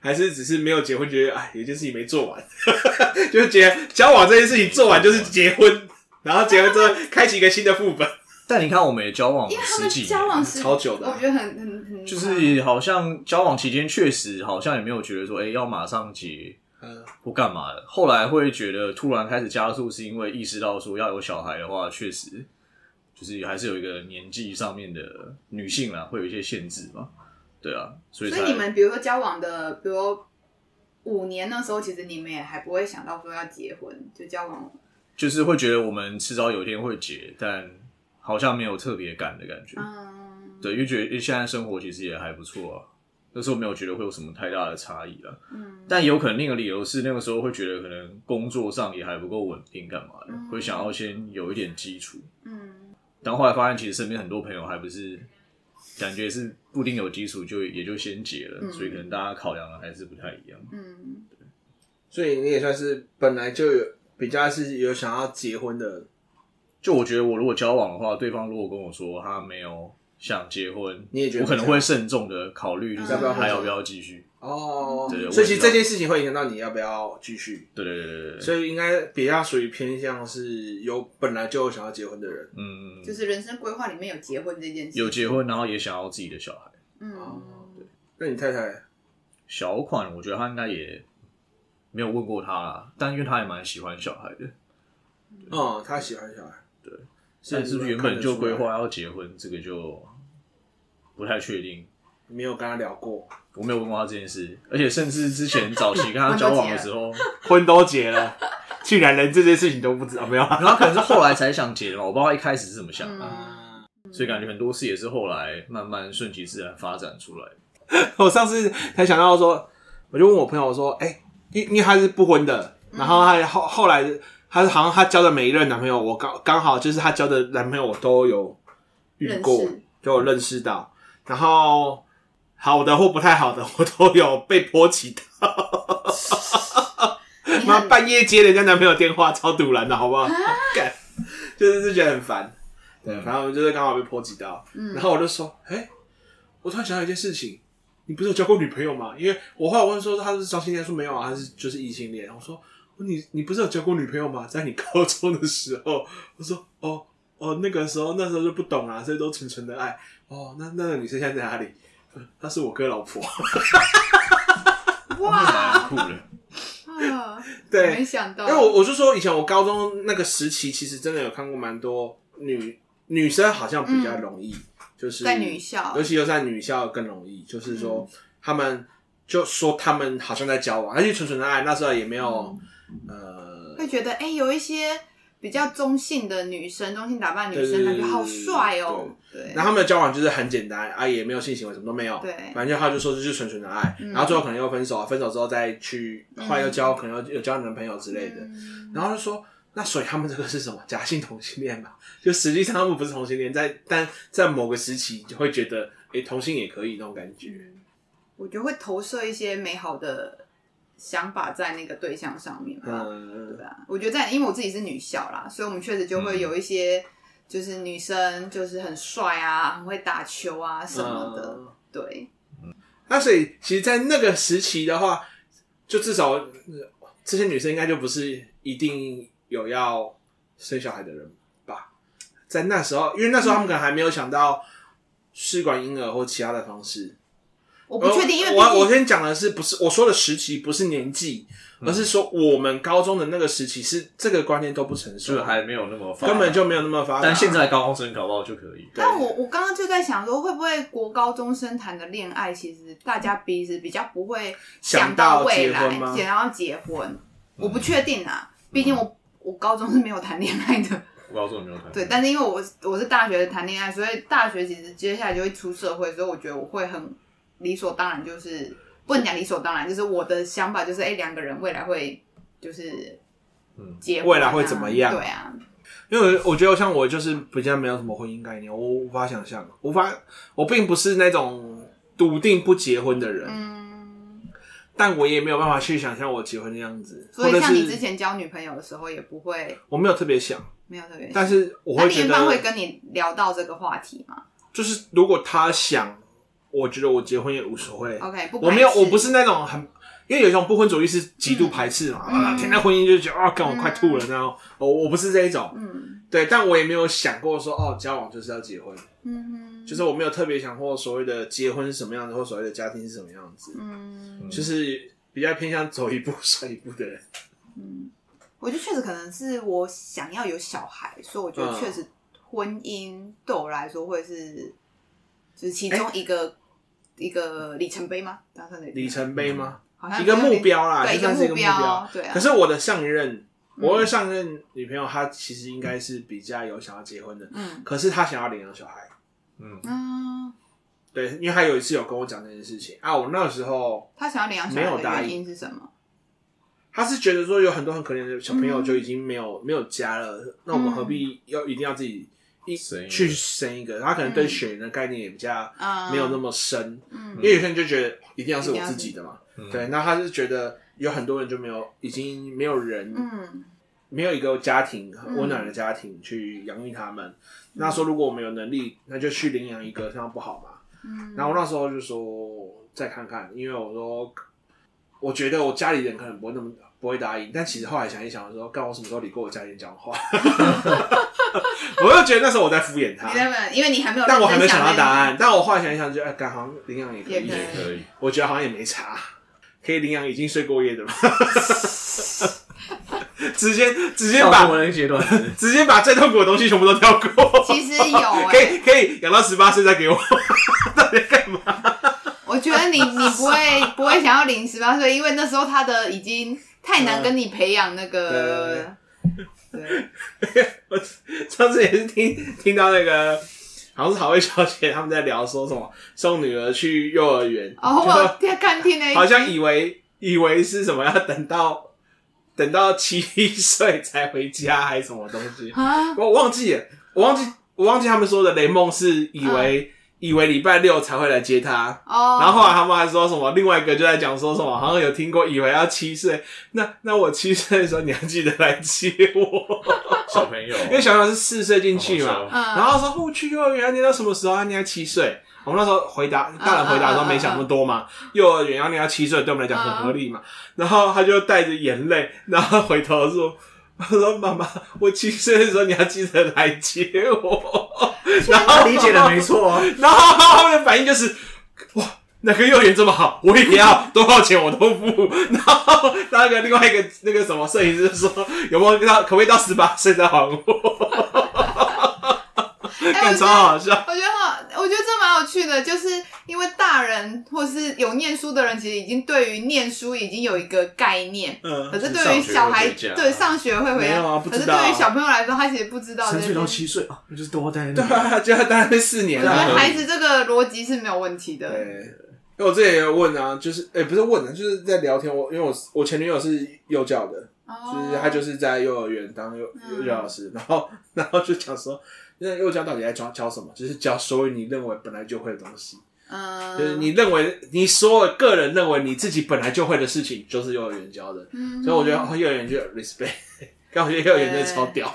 还是只是没有结婚，觉得哎，有一件事情没做完， 就是结交往这件事情做完就是结婚，然后结婚之后开启一个新的副本，
但你看，我们也交往
因为他
十
们
几年，
交往时，
超久的啊
我觉得很很很
就是好像交往期间确实好像也没有觉得说，哎、要马上结
嗯，
或干嘛的。后来会觉得突然开始加速，是因为意识到说要有小孩的话，确实就是还是有一个年纪上面的女性啦，会有一些限制嘛。对啊，所以
所
才
以你们比如说交往的，比如五年那时候，其实你们也还不会想到说要结婚，就交往。
就是会觉得我们迟早有一天会结，但好像没有特别赶的感觉。
嗯，
对，因为觉得现在生活其实也还不错啊。那时候没有觉得会有什么太大的差异啊，
嗯，
但有可能另一个理由是那个时候会觉得可能工作上也还不够稳定，干嘛的，
嗯
会想要先有一点基础。
嗯，
但后来发现，其实身边很多朋友还不是感觉是不一定有基础，就也就先结了，
嗯
所以可能大家考量的还是不太一样。
嗯，
所以你也算是本来就有比较是有想要结婚的，
就我觉得，我如果交往的话，对方如果跟我说他没有想结婚，
你也觉得
我可能会慎重的考虑，就是
要不要
还要不要继续？
哦
对
所以其
我也
实
知道
这件事情会影响到你要不要继续，
对对对啊对对，
所
以
以应该比较属于偏向是有本来就有想要结婚的人。
嗯，
就是人生规划里面有结婚这件事，
有结婚，然后也想要自己的小孩。
哦
嗯，
那你太太
小款，我觉得他应该也没有问过他啦，但因为他也蛮喜欢小孩的，
哦，她喜欢小孩，
对，
是
但是原本就规划要结婚，这个就不太确定。
没有跟她聊过，
我没有问过他这件事，而且甚至之前早期跟他交往的时 候，
婚都结了，竟然连这件事情都不知道，没有
然后可能是后来才想结的嘛，我不知道他一开始是怎么想
嗯
的，
啊。
所以感觉很多事也是后来慢慢顺其自然发展出来的。
我上次才想到说，我就问我朋友说，哎、因因为他是不婚的，
嗯
然后他后后来他好像他交的每一任男朋友，我刚刚好就是他交的男朋友我都有遇过
认识，
就有认识到，然后好的或不太好的我都有被波及 到，
你
妈
很
半夜接人家男朋友电话超堵然的好
啊
不好？干，就是就觉得很烦。对，
嗯
反正我就是刚好被波及到，
嗯
然后我就说，哎、我突然想到一件事情，你不是有交过女朋友吗？因为我后来问说他是双性恋，说没有啊，他是就是异性恋。我说哦你 你不是有交过女朋友吗？在你高中的时候，我说哦哦，那个时候那时候就不懂啊，所以都纯纯的爱。哦，那那个女生现在在哪里？她是我哥老婆。
蛮
哇，
酷的，
啊
对
没想到，
因为我我就说，以前我高中那个时期，其实真的有看过蛮多女女生，好像比较容易，就是
嗯在女校
尤其又在女校更容易，就是说
嗯
他们就说他们好像在交往，而且纯纯的爱，那时候也没
嗯
有、呃，
会觉得哎、诶有一些比较中性的女生，中性打扮的女生
对对
感
对
觉好帅哦、对，
然后他们的交往就是很简单啊，也没有性行为，什么都没有，
对
反正他就说这就是纯纯的爱，
嗯
然后最后可能又分手啊，分手之后再去，
嗯
后来又交，可能又又交男朋友之类的，
嗯
然后就说，那所以他们这个是什么假性同性恋嘛？ 就实际上他们不是同性恋，在但在某个时期就会觉得，诶、同性也可以那种感觉。
我觉得会投射一些美好的想法在那个对象上面吧。
嗯，
对啊，我觉得在，因为我自己是女校啦，所以我们确实就会有一些、就是女生就是很帅啊，很会打球啊什么的。
嗯
对，
那所以其实，在那个时期的话，就至少呃这些女生应该就不是一定有要生小孩的人吧？在那时候，因为那时候他们可能还没有想到试管婴儿或其他的方式。
我不确定，因为
呃
毕
我我
竟
先讲的是不是我说的时期不是年纪，而是说
嗯
我们高中的那个时期是这个观念都不成熟
就是，还没有那么发达
根本就没有那么发达。
但现在高中生搞不好就可以。
但我我刚刚就在想说，会不会国高中生谈的恋爱，其实大家彼此比较不会
想
到
到
未
结
来
婚，吗嗯
想要结婚，我不确定啊，毕竟我我高中是没有谈恋爱的，
我高中也没有谈过，
对，但是因为我我是大学谈恋爱，所以大学其实接下来就会出社会，所以我觉得我会很理所当然，就是不能讲理所当然，就是我的想法就是，哎、两个人未来会就是
嗯
结婚啊、
未来会怎么样
对啊，
因为我觉得像我就是比较没有什么婚姻概念，我无法想象，无法，我并不是那种笃定不结婚的人，
嗯，
但我也没有办法去想象我结婚的样子，
所以
或者
像你
是
之前交女朋友的时候，也不会
我没有特别想，
没有特别想。
但是我
那
会觉
另一半会
得，
跟你聊到这个话题吗
就是如果他想，我觉得我结婚也无所谓。
？OK，不，哦
我没有，我不，是那种很，因为有一种不婚主义是极度排斥嘛，
嗯
啊，听到婚姻就觉得啊，干我快吐了，然后我我不是这一种，
嗯
对，但我也没有想过说哦，交往就是要结婚，
嗯哼，
就是我没有特别想过所谓的结婚是什么样子，或所谓的家庭是什么样子，
嗯
就是比较偏向走一步 算一步的人。
嗯，我觉得确实可能是我想要有小孩，所以我觉得
嗯
确实婚姻对我来说会是就是
哎
其中一个、一个里程碑吗？打算的
里程碑吗？
好像
一个目标啦
嗯对，
就算是一个目标
标，对啊嗯
可。是我的上一任，我的上一任女朋友，她其实应该是比较有想要结婚的，
嗯
可是她想要领养小孩。
嗯，
嗯，
对，因为她有一次有跟我讲这件事情啊，我那时候
他想要领养
没
小
有
孩
答
的原
应
因是什么？
他是觉得说有很多很可怜的小朋友
嗯
就已经没有、没有家了，那我们何必要一定要自己一
生一个
去生一个，他可能
嗯
对血缘的概念也比较
啊，
没有那么深，
嗯
因为有些人就觉得一定要是我自己的嘛，
嗯
对，那他是觉得有很多人就没有，已经没有人，
嗯
没有一个家庭温暖的家庭去养育他
嗯
们。那说如果我们有能力，那就去领养一个，这样不好吗？
嗯，
然后我那时候就说再看看，因为我说我觉得我家里人可能不会那么不会答应，但其实后来想一想，我说干我什么时候理过我家里人讲 话？我就觉得那时候我在敷衍他
你，那本，因为你还没有，
但我还没想到答，案。但我后来想一想就，哎，干好像领养也可
也
以
可，以
也可以，
我觉得好像也没差，可以领养已经睡过夜的嘛， 直接直接
到
把
我那个阶段，
直接把最痛苦的东西全部都跳 过，
其实有 欸
可以可以养到十八岁再给我， 到底在干嘛？
我 觉得你你不会不会想要领十八岁，因为那时候他的已经太难跟你培养那个。对，
我上次也是听听到那个，好像是好味小姐他们在聊说什么送女儿去幼儿园，
哦，
就
我
说
有听看听那一集
好像以为以为是什么要等到等到七岁才回家还是什么东西，
啊，
我忘记了，我忘记我忘记他们说的雷梦是以为、以为礼拜六才会来接她，
哦，
然后后来他们还说什么，另外一个就在讲说什么，好像有听过，以为要七岁，那那我七岁的时候你要记得来接我，
小朋友，
因为小朋友是四岁进去嘛
好好，笑
嗯，
然后说哦我去幼儿园要念到什么时候？他念到七岁。我们那时候回
嗯
答大人回答说没想那么多嘛，幼儿园要念到七岁，对我们来
嗯
讲很合理嘛。然后他就带着眼泪，然后回头说：“他说妈妈，我七岁的时候你要记得来接我。”
哎
然后
他理解的没错啊，
然后他们的反应就是，哇，哪个幼儿园这么好，我也要，多少钱我都付。然后那个另外一个那个什么摄影师就说，有没有到可不可以到十八岁再还我？
哎我
看
觉
超
得
好笑。
我觉得哈，我觉得这蛮有趣的，就是因为大人或是有念书的人，其实已经对于念书已经有一个概念。
嗯
可是对于小孩，
上学会回家
对上学会回
没
家，
有啊不
可
知
是
道啊
对于小朋友来说，他其实不知道这
三
些。
岁到七岁啊，那就是多 待
对啊，就要待那四年
我觉得
啊。
孩子这个逻辑是没有问题
对
的。，
因为我之前也有问啊，就是哎、不是问啊，就是在聊天。我因为我我前女友是幼教的，就
哦，
是她就是在幼儿园当幼
嗯
幼教老师，然后 然后就讲说，那幼教到底在教教什么？就是教所有你认为本来就会的东西，
嗯，
就是你认为你所有个人认为你自己本来就会的事情，就是幼儿园教的。
嗯，
所以我觉得、哦、幼儿园就有 respect，但我觉得幼儿园真的超屌。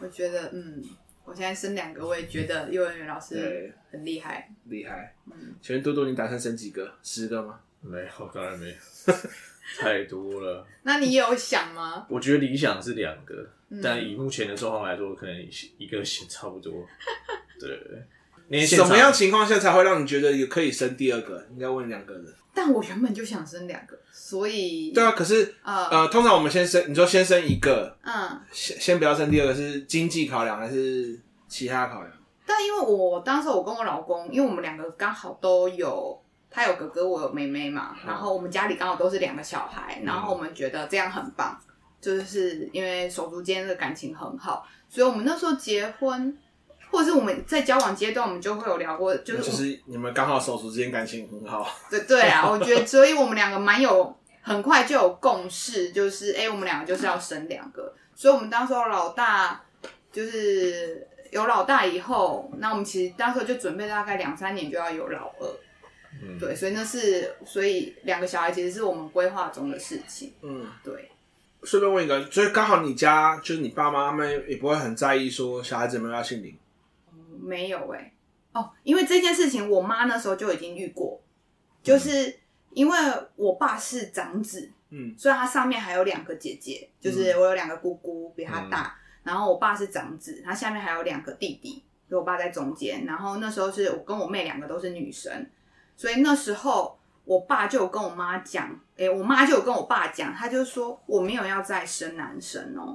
我觉得，嗯，我现在生两个，我也觉得幼儿园老师
对
很厉害。
厉害
嗯！
请问嘟嘟，你打算生几个？十个吗？
没有，当然没有， 太多了。
那你有想吗？
我觉得理想是两个，
嗯
但以目前的状况来说，可能一个先差不 多。对，那天现
什
场
么样？情况下才会让你觉得也可以生第二个？应该问两个人。
但我原本就想生两个，所以
对啊，可是
呃
呃，通常我们先生，你说先生一个，
嗯。
先先不要生第二个，是经济考量还是其他考量？
但因为我当时我跟我老公，因为我们两个刚好都有，他有哥哥，我有妹妹嘛，
嗯
然后我们家里刚好都是两个小孩，然后我们觉得这样很棒，就是因为手足间的感情很好，所以我们那时候结婚，或者是我们在交往阶段，我们就会有聊过，就是
就
我们
是你们刚好手足之间感情很好，
对对 啊，我觉得，所以我们两个蛮有，很快就有共识，就是哎、诶我们两个就是要生两个，所以我们当时候老大就是有老大以后，那我们其实当时候就准备大概两三年就要有老二，
嗯
对，所以那是所以两个小孩其实是我们规划中的事情，
嗯。
对，
顺便问一个，所以刚好你家就是你爸妈他们也不会很在意说小孩子有没有要姓林，
没有哎、哦，因为这件事情我妈那时候就已经遇过，就是因为我爸是长子，
嗯，
虽然他上面还有两个姐姐，就是我有两个姑姑比他大，然后我爸是长子，他下面还有两个弟弟，所以我爸在中间。然后那时候是我跟我妹两个都是女生，所以那时候我爸就有跟我妈讲，诶、我妈就有跟我爸讲，他就说我没有要再生男生哦、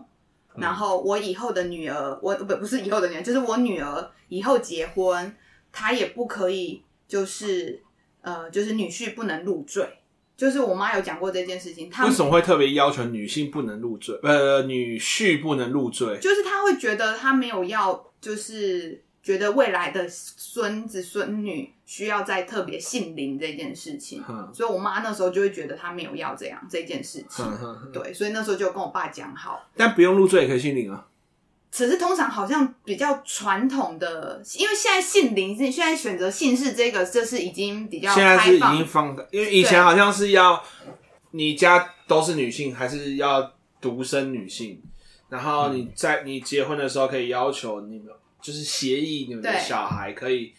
嗯
然后我以后的女儿，我不不是以后的女儿，就是我女儿以后结婚，她也不可以，就是呃，就是女婿不能入赘，就是我妈有讲过这件事情，她
为什么会特别要求女性不能入赘，呃，女婿不能入赘？
就是他会觉得他没有要，就是觉得未来的孙子孙女需要再特别姓林这件事情，
哼
所以我妈那时候就会觉得他没有要这样这件事情
哼，哼哼
对，所以那时候就跟我爸讲好，
但不用入赘也可以姓林啊。
只是通常好像比较传统的，因为现在姓林是现在选择姓氏这个，这是已经比较
现在是
开
已
放
经放，因为以前好像是要你家都是女性，还是要独生女性，然后你在你结婚的时候可以要求你们就是协议你们的
对
小孩可以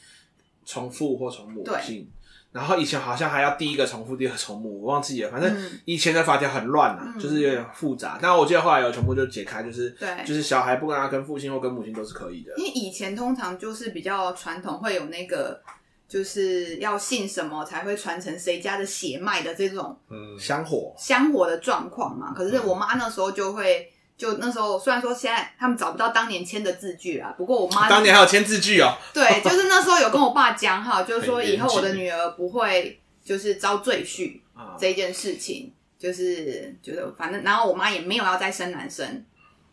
重父或从母
对
姓，然后以前好像还要第一个重父，第二个从母，我忘记了，反正
嗯
以前的法条很乱啊，
嗯
就是有点复杂，但我记得后来有全部就解开，就是
对嗯
就是小孩不管他跟父亲或跟母亲都是可以的，
因为以前通常就是比较传统，会有那个就是要姓什么才会传承谁家的血脉的这种
嗯，
香火
香火的状况嘛。可
嗯
是我妈那时候就会，就那时候虽然说现在他们找不到当年签的字据啊啦，不过我妈
当年还有签字据哦，
对，就是那时候有跟我爸 讲哈，就是说
很严
以
谨
后我的女儿不会就是遭赘婿
啊
这一件事情，就是觉得反正，然后我妈也没有要再生男生，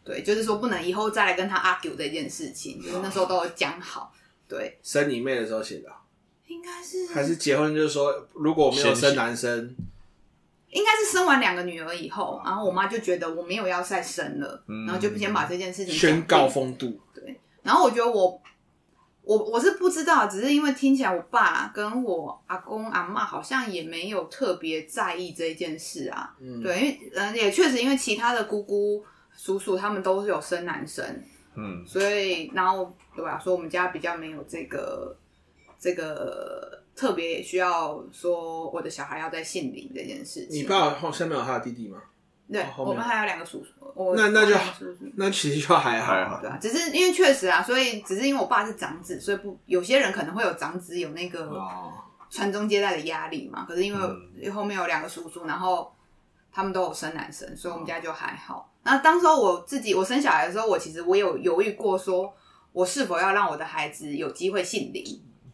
对，就是说不能以后再来跟他 argue 这件事情，就是那时候都有讲好，对，
生你妹的时候写的啊。
应该是
还是结婚就是说，如果我没有生男生，
应该是生完两个女儿以后，然后我妈就觉得我没有要再生了，
嗯
然后就先把这件事情
宣告
讲定
风度，
然后我觉得我我我是不知道，只是因为听起来我爸跟我阿公阿妈好像也没有特别在意这件事啊。
嗯，
对，因为嗯、呃也确实因为其他的姑姑叔叔他们都是有生男生，
嗯，
所以然后对吧、所以我们家比较没有这个这个特别需要说我的小孩要在姓林这件事
你
情。
爸后下面有他的弟弟吗？
对
哦，后面
我们还有两个叔叔，我
那那就
我还有叔叔
那其实就还好，
还好
对啊，只是因为确实啊，所以只是因为我爸是长子，所以不有些人可能会有长子有那个
哦，
传宗接代的压力嘛。可是因为
嗯
后面有两个叔叔，然后他们都有生男生，所以我们家就还好。那当时候我自己我生小孩的时候，我其实我有犹豫过说，我是否要让我的孩子有机会姓林，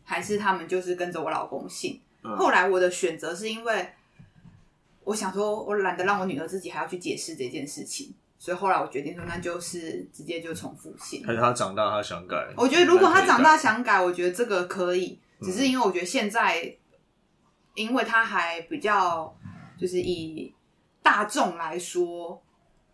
还是他们就是跟着我老公姓。
嗯
后来我的选择是因为我想说，我懒得让我女儿自己还要去解释这件事情，所以后来我决定说，那就是直接就重复姓。
还是他长大他想改，
我觉得如果他长大
还可以改，
想改，我觉得这个可以，只是因为我觉得现在，因为他还比较就是以大众来说，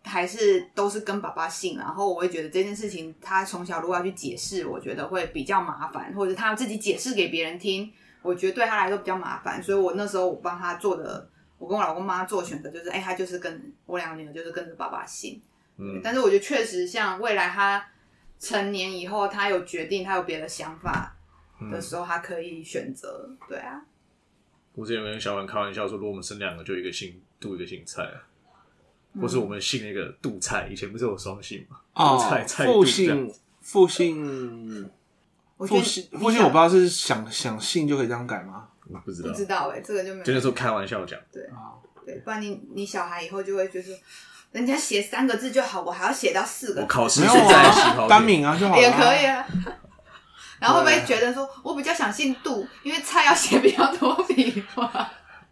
还是都是跟爸爸姓，然后我会觉得这件事情他从小如果要去解释，我觉得会比较麻烦，或者他自己解释给别人听，我觉得对他来说比较麻烦，所以我那时候我帮他做的。我跟我老公妈做的选择就是，哎、他就是跟我两个女儿就是跟着爸爸姓，
嗯，
但是我觉得确实，像未来他成年以后，他有决定，他有别的想法的时候，他可以选择。对啊，
我之前有跟小婉开玩笑说，如果我们生两个，就一个姓杜，一个姓蔡啊，
嗯
或是我们姓那个杜蔡，以前不是有双姓吗？
哦
菜菜
父
度这
姓
样
父姓
我觉
父
得
姓
你
父姓，我不知道是想想姓就可以这样改吗？
我不知道
不，知道哎、这个就没
就
有
那时候开玩笑讲，
对
哦
对，不然你你小孩以后就会觉得，人家写三个字就好，我还要写到四个
我
字
考试
没有
是在起
啊，
跑
单
点，
名啊就好了，
也可以。啊。然后会不会觉得说，我比较想姓杜，因为菜要写比较多笔画。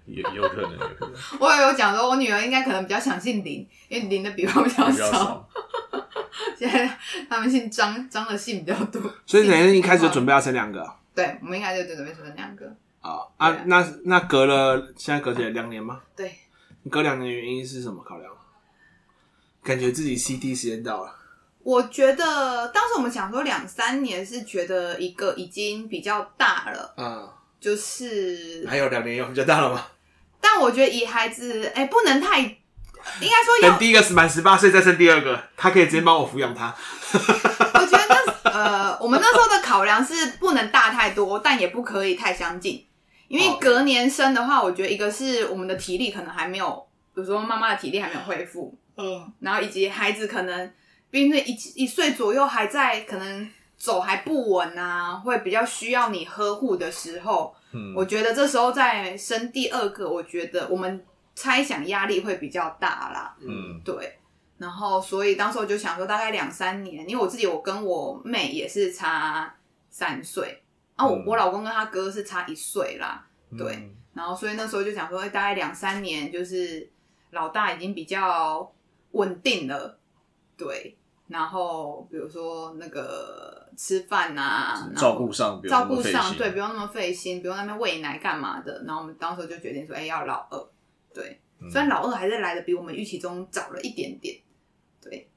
也有可能，有可能
我也有讲说，我女儿应该可能比较想姓林，因为林的笔画比较
比
少。
较少，
现在他们姓张，张的姓比较多。
所以等于一开始就准备要生两个啊
对，我们应该就准备生两
哦
个。对
啊
啊，
那那隔了现在隔起来两年吗？
对，
你隔两年的原因是什么考量？感觉自己 CD 时间到了，
我觉得当时我们想说两三年是觉得一个已经比较大了，
嗯，
就是，
还有两年有比较大了吗？
但我觉得以孩子，哎、不能太，应该说 要
等，第一个满十八岁再生第二个，他可以直接帮我抚养他。
我觉得那呃，我们那时候的考量是不能大太多，但也不可以太相近，因为
哦
隔年生的话，我觉得一个是我们的体力可能还没有，比如说妈妈的体力还没有恢复，
嗯，
然后以及孩子可能，毕竟一一岁左右还在可能走还不稳啊，会比较需要你呵护的时候，
嗯，
我觉得这时候再生第二个，我觉得我们猜想压力会比较大啦，
嗯
对。然后，所以当时我就想说，大概两三年，因为我自己，我跟我妹也是差三岁，啊，我、
嗯
我老公跟他哥是差一岁啦，对
嗯
然后所以那时候就想说，哎大概两三年，就是老大已经比较稳定了，对。然后比如说那个吃饭啊，
嗯照
然后
顾上，不用
照
那么
顾
费
上，
心
对，不用那么费心，不用在那边喂奶干嘛的。然后我们当时就决定说，哎、要老二，对。
嗯哦
虽然老二还是来的比我们预期中早了一点点，对。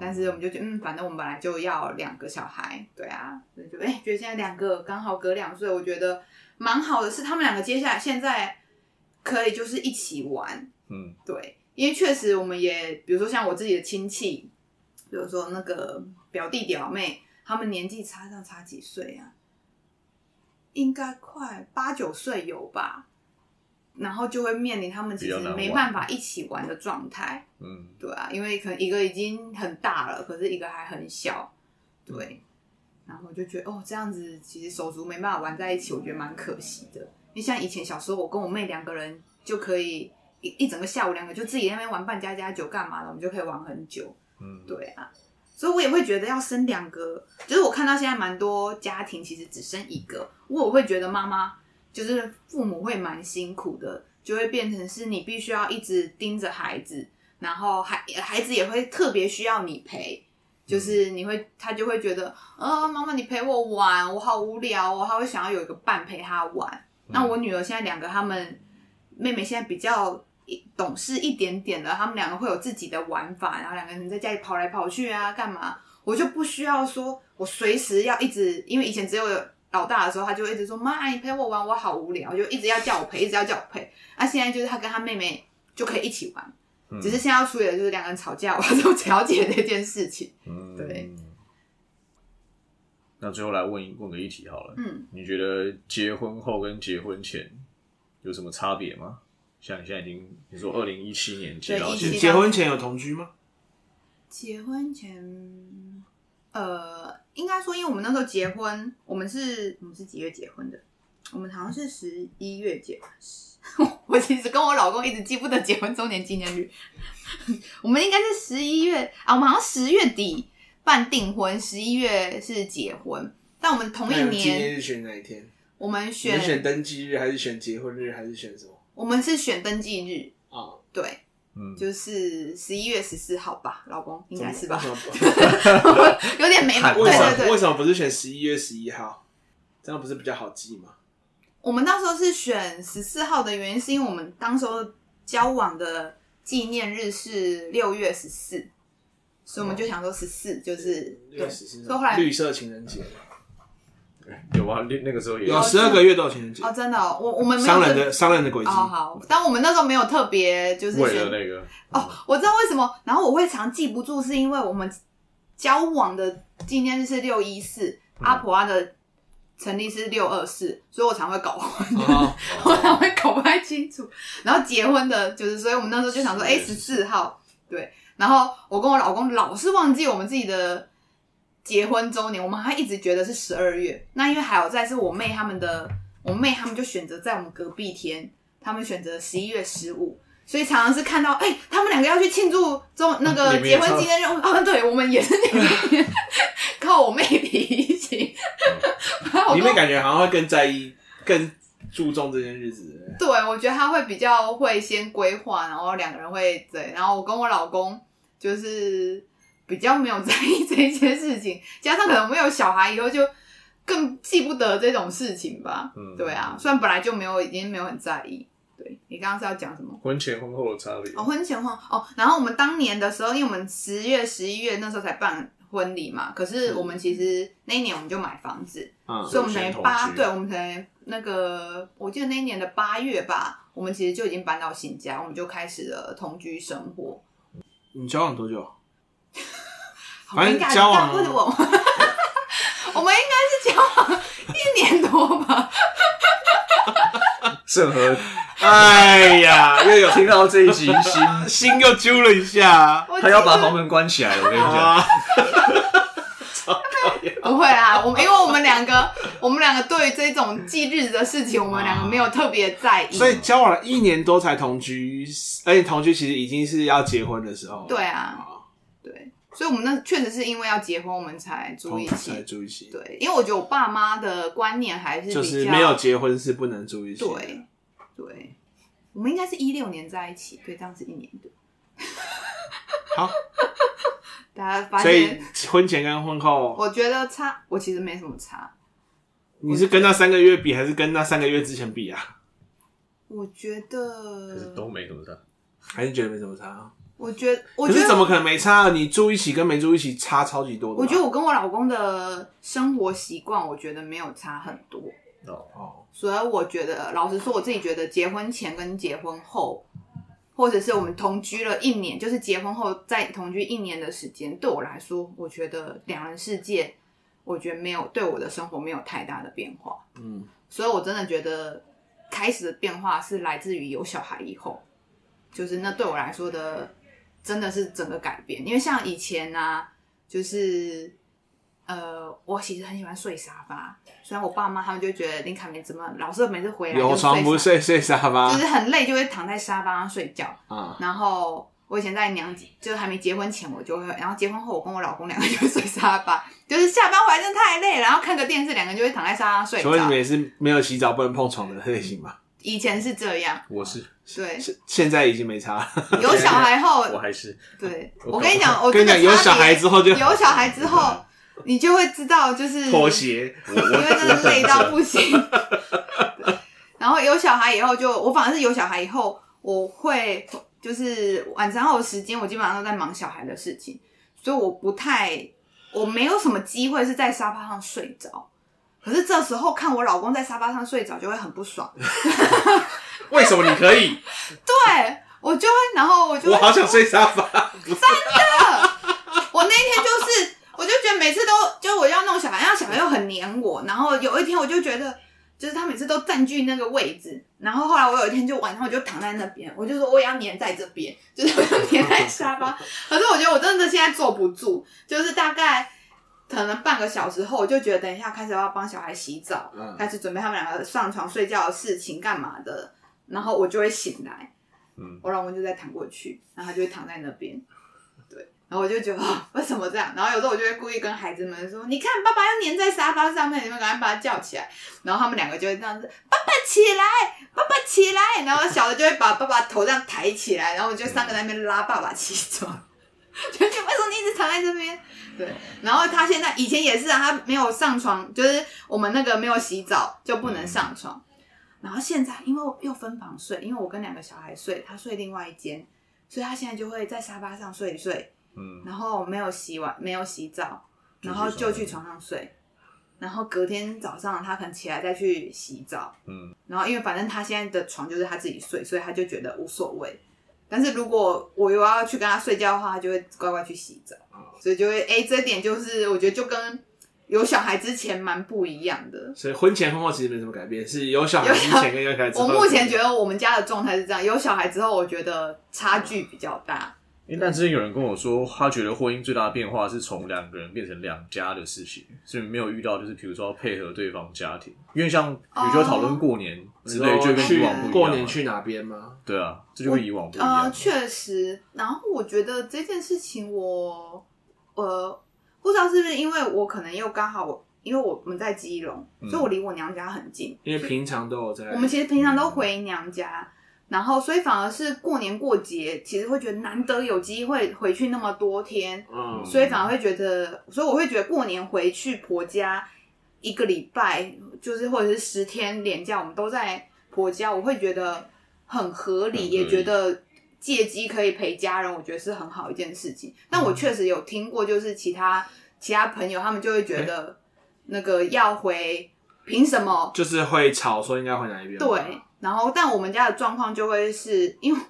但是我们就觉得，嗯，反正我们本来就要两个小孩，对啊，所以就哎、觉得现在两个刚好隔两岁，我觉得蛮好的，是他们两个接下来现在可以就是一起玩，
嗯，
对，因为确实我们也，比如说像我自己的亲戚，比如说那个表弟表妹，他们年纪差上差几岁啊？应该快八九岁有吧。然后就会面临他们其实
比较难玩
没办法一起玩的状态，
嗯，
对啊，因为可能一个已经很大了，可是一个还很小，对。然后我就觉得哦，这样子其实手足没办法玩在一起，我觉得蛮可惜的。因为像以前小时候，我跟我妹两个人就可以一一整个下午，两个就自己在那边玩扮家家酒干嘛的，我们就可以玩很久。
嗯，
对啊，所以我也会觉得要生两个，就是我看到现在蛮多家庭其实只生一个，我会觉得妈妈就是父母会蛮辛苦的，就会变成是你必须要一直盯着孩子，然后孩孩子也会特别需要你陪。就是你会，他就会觉得，呃，妈妈你陪我玩，我好无聊哦。他会想要有一个伴陪他玩。那我女儿现在两个，他们妹妹现在比较懂事一点点了，他们两个会有自己的玩法，然后两个人在家里跑来跑去啊，干嘛？我就不需要说，我随时要一直，因为以前只有老大的时候，他就一直说妈，你陪我玩，我好无聊，就一直要叫我陪，一直要叫我陪。那、现在就是他跟他妹妹就可以一起玩，
嗯
只是现在要处理的就是两个人吵架，我要怎么调解这件事情。
嗯
对。
那最后来问一问个议题好了，
嗯，
你觉得结婚后跟结婚前有什么差别吗？像你现在已经你说二零一七年结到
对
现
17
在，
结婚前有同居吗？
结婚前，呃，应该说，因为我们那时候结婚，我们是我们是几月结婚的？我们好像是十一月结婚。 我其实跟我老公一直记不得结婚周年纪念日。 我们应该是十一月啊，我们好像十月底办订婚，十一月是结婚。但我们同一
那你们纪
年，
念日选哪一天？
我们
你们
选
选登记日还是选结婚日还是选什么？
我们是选登记日，
啊，
对，
嗯，
就是十一月十四号吧，老公应该是吧？
为什么
有点没
看
对
过
为什
对
么
对
为，什么不是选十一月十一号？这样不是比较好记吗？
我们那时候是选十四号的原因，是因为我们当时候交往的纪念日是六月十四，所以我们就想说十四就是
哦六
对，
十是
所以后来
绿色情人节嘛，
有啊，那那个时候也
有
啊
十二个月都有情人节
哦，，真的哦、我我们没有
商人
特
的商人的轨迹
哦。好，但我们那时候没有特别就是
为
选
了那个嗯
哦，我知道为什么。然后我会常记不住，是因为我们交往的纪念日是六一四，
嗯
阿婆阿的成立是六二四，所以我常会搞混。
哦，
我才会搞不太清楚。然后结婚的，就是所以我们那时候就想说，哎，十四号，对。然后我跟我老公老是忘记我们自己的结婚周年，我们还一直觉得是十二月。那因为还有在是我妹他们的，我妹他们就选择在我们隔壁天，他们选择十一月十五。所以常常是看到，哎、他们两个要去庆祝中那
你
个
们也
结婚纪念日，啊，对，我们也是那个天，靠我妹提醒， 然后我
你
跟
们
我
感觉好像会更在意、更注重这件日子。
对，我觉得他会比较会先规划，然后两个人会对，然后我跟我老公就是比较没有在 意这些事情，加上可能没有小孩以后就更记不得这种事情吧。
嗯
对啊，虽然本来就没有已经没有很在意。对你刚刚是要讲什么？
婚前婚后的差别
哦，，婚前婚哦，然后我们当年的时候，因为我们十月、十一月那时候才办婚礼嘛，可是我们其实那一年我们就买房子，
嗯，
所以我们等
首先
于
同
八，
居
对，我们才那个，我记得那一年的八月吧，我们其实就已经搬到新家，我们就开始了同居生活。
你交往多久？
好
反
尴
正
尬，
交往
你知道为什么吗？ 我们应该是交往一年多吧，
郑和
哎呀，又有
听到这一集 心，
心又揪了一下。
我
他要把
记得
房门关起来了，我跟你讲，
啊，
不会啦，我们因为我们两个，我们两个对于这种忌日的事情，我们两个没有特别在意。
啊所以交往了一年多才同居，而且同居其实已经是要结婚的时候。
对啊，对，所以我们那确实是因为要结婚，我们才住
同
一
才
起。
住一起，
对，因为我觉得我爸妈的观念还是比较
就是没有结婚是不能住一起。
对，，对，我们应该是一六年在一起，对，这样是一年对。
好，
大家发
所以
现，
婚前跟婚后，
我觉得差，我其实没什么差。
你是跟那三个月比，还是跟那三个月之前比啊？
我觉
可是
得
都没怎么差，
还是觉得没什么差啊？
我觉得，我
可
觉
是
得
怎么可能没差啊？你住一起跟没住一起差超级多的吧。
我觉得我跟我老公的生活习惯，我觉得没有差很多。
哦，
哦，
所以我觉得，老实说，我自己觉得结婚前跟结婚后，或者是我们同居了一年，就是结婚后再同居一年的时间，对我来说，我觉得两人世界，我觉得没有对我的生活没有太大的变化。
嗯，
所以我真的觉得，开始的变化是来自于有小孩以后，就是那对我来说的，真的是整个改变。因为像以前呢、啊就是呃，我其实很喜欢睡沙发，虽然我爸妈他们就觉得林凯梅怎么老是每次回来
有
啊就
床不睡啊
睡
睡沙
沙
发
发，就是很累就会躺在沙发上睡觉。
啊，
然后我以前在娘家，就是还没结婚前，我就会，然后结婚后，我跟我老公两个就会睡沙发，就是下班回来真的太累了，然后看个电视，两个人就会躺在沙发上睡
请问你们
着。
也是没有洗澡不能碰床的类型吗？
以前是这样，
我是，
对，
现现在已经没差了。
有小孩后，
我还是，
对
我
我跟你讲，我
跟你
这个
讲，有
差
小孩
别
之后就
有小孩 之后，你就会知道，就是
妥协。
我
因为真的累到
我
不行。对然后有小孩以后就，我反而是有小孩以后，我会就是晚上后的时间，我基本上都在忙小孩的事情，所以我不太，我没有什么机会是在沙发上睡着。可是这时候看我老公在沙发上睡着，就会很不爽。
为什么你可以？
对我就会，然后我就
我
会
好想睡沙发。
我那一天就是，我就觉得每次都就是我要弄小孩，然后小孩又很黏我，然后有一天我就觉得，就是他每次都占据那个位置，然后后来我有一天就晚上我就躺在那边，我就说我也要黏在这边，就是我就黏在沙发，可是我觉得我真的现在坐不住，就是大概。可能半个小时后，我就觉得等一下开始要帮小孩洗澡，
嗯
开始准备他们两个上床睡觉的事情干嘛的，然后我就会醒来，
嗯，
我老公就在躺过去，然后他就会躺在那边，对，然后我就觉得、 哦、为什么这样？然后有时候我就会故意跟孩子们说：“你看，爸爸要粘在沙发上面，你们赶快把他叫起来。”然后他们两个就会这样子：“爸爸起来，爸爸起来。”然后小的就会把爸爸头这样抬起来，然后我就三个在那边拉爸爸起床。 就觉得为什么你一直躺在这边？对，然后他现在以前也是啊，他没有上床，就是我们那个没有洗澡就不能上床。然后现在因为我又分房睡，因为我跟两个小孩睡，他睡另外一间，所以他现在就会在沙发上睡一睡，
嗯，
然后没有洗碗，没有洗澡，然后就去床上睡，然后隔天早上他可能起来再去洗澡，
嗯，
然后因为反正他现在的床就是他自己睡，所以他就觉得无所谓。但是如果我又要去跟他睡觉的话，他就会乖乖去洗澡，所以就会哎、这一点就是我觉得就跟有小孩之前蛮不一样的。
所以婚前婚后其实没什么改变，是有小孩之前跟有小孩之后
我
的改变。
目前觉得我们家的状态是这样，有小孩之后，我觉得差距比较大。
诶但之前有人跟我说，他觉得婚姻最大的变化是从两个人变成两家的事情，所以没有遇到就是比如说要配合对方家庭，因为像比如说讨论过年之类，就跟以
哦去
往不一样嘛。
过年去哦哪边吗？
对啊，这就跟以往不一样。
呃，确实。然后我觉得这件事情我，呃，不知道是不是因为我可能又刚好我，因为我们在基隆，所
嗯
以我离我娘家很近。
因为平常都有在。
我们其实平常都回娘家，然后所以反而是过年过节，其实会觉得难得有机会回去那么多天，
嗯，
所以反而会觉得，所以我会觉得过年回去婆家一个礼拜，就是或者是十天连假，我们都在婆家，我会觉得很合理，
嗯
也觉得借机可以陪家人，我觉得是很好一件事情。但我确实有听过，就是其他其他朋友他们就会觉得那个要回，凭什么？
就是会吵说应该回哪一边。
对，，然后但我们家的状况就会是因为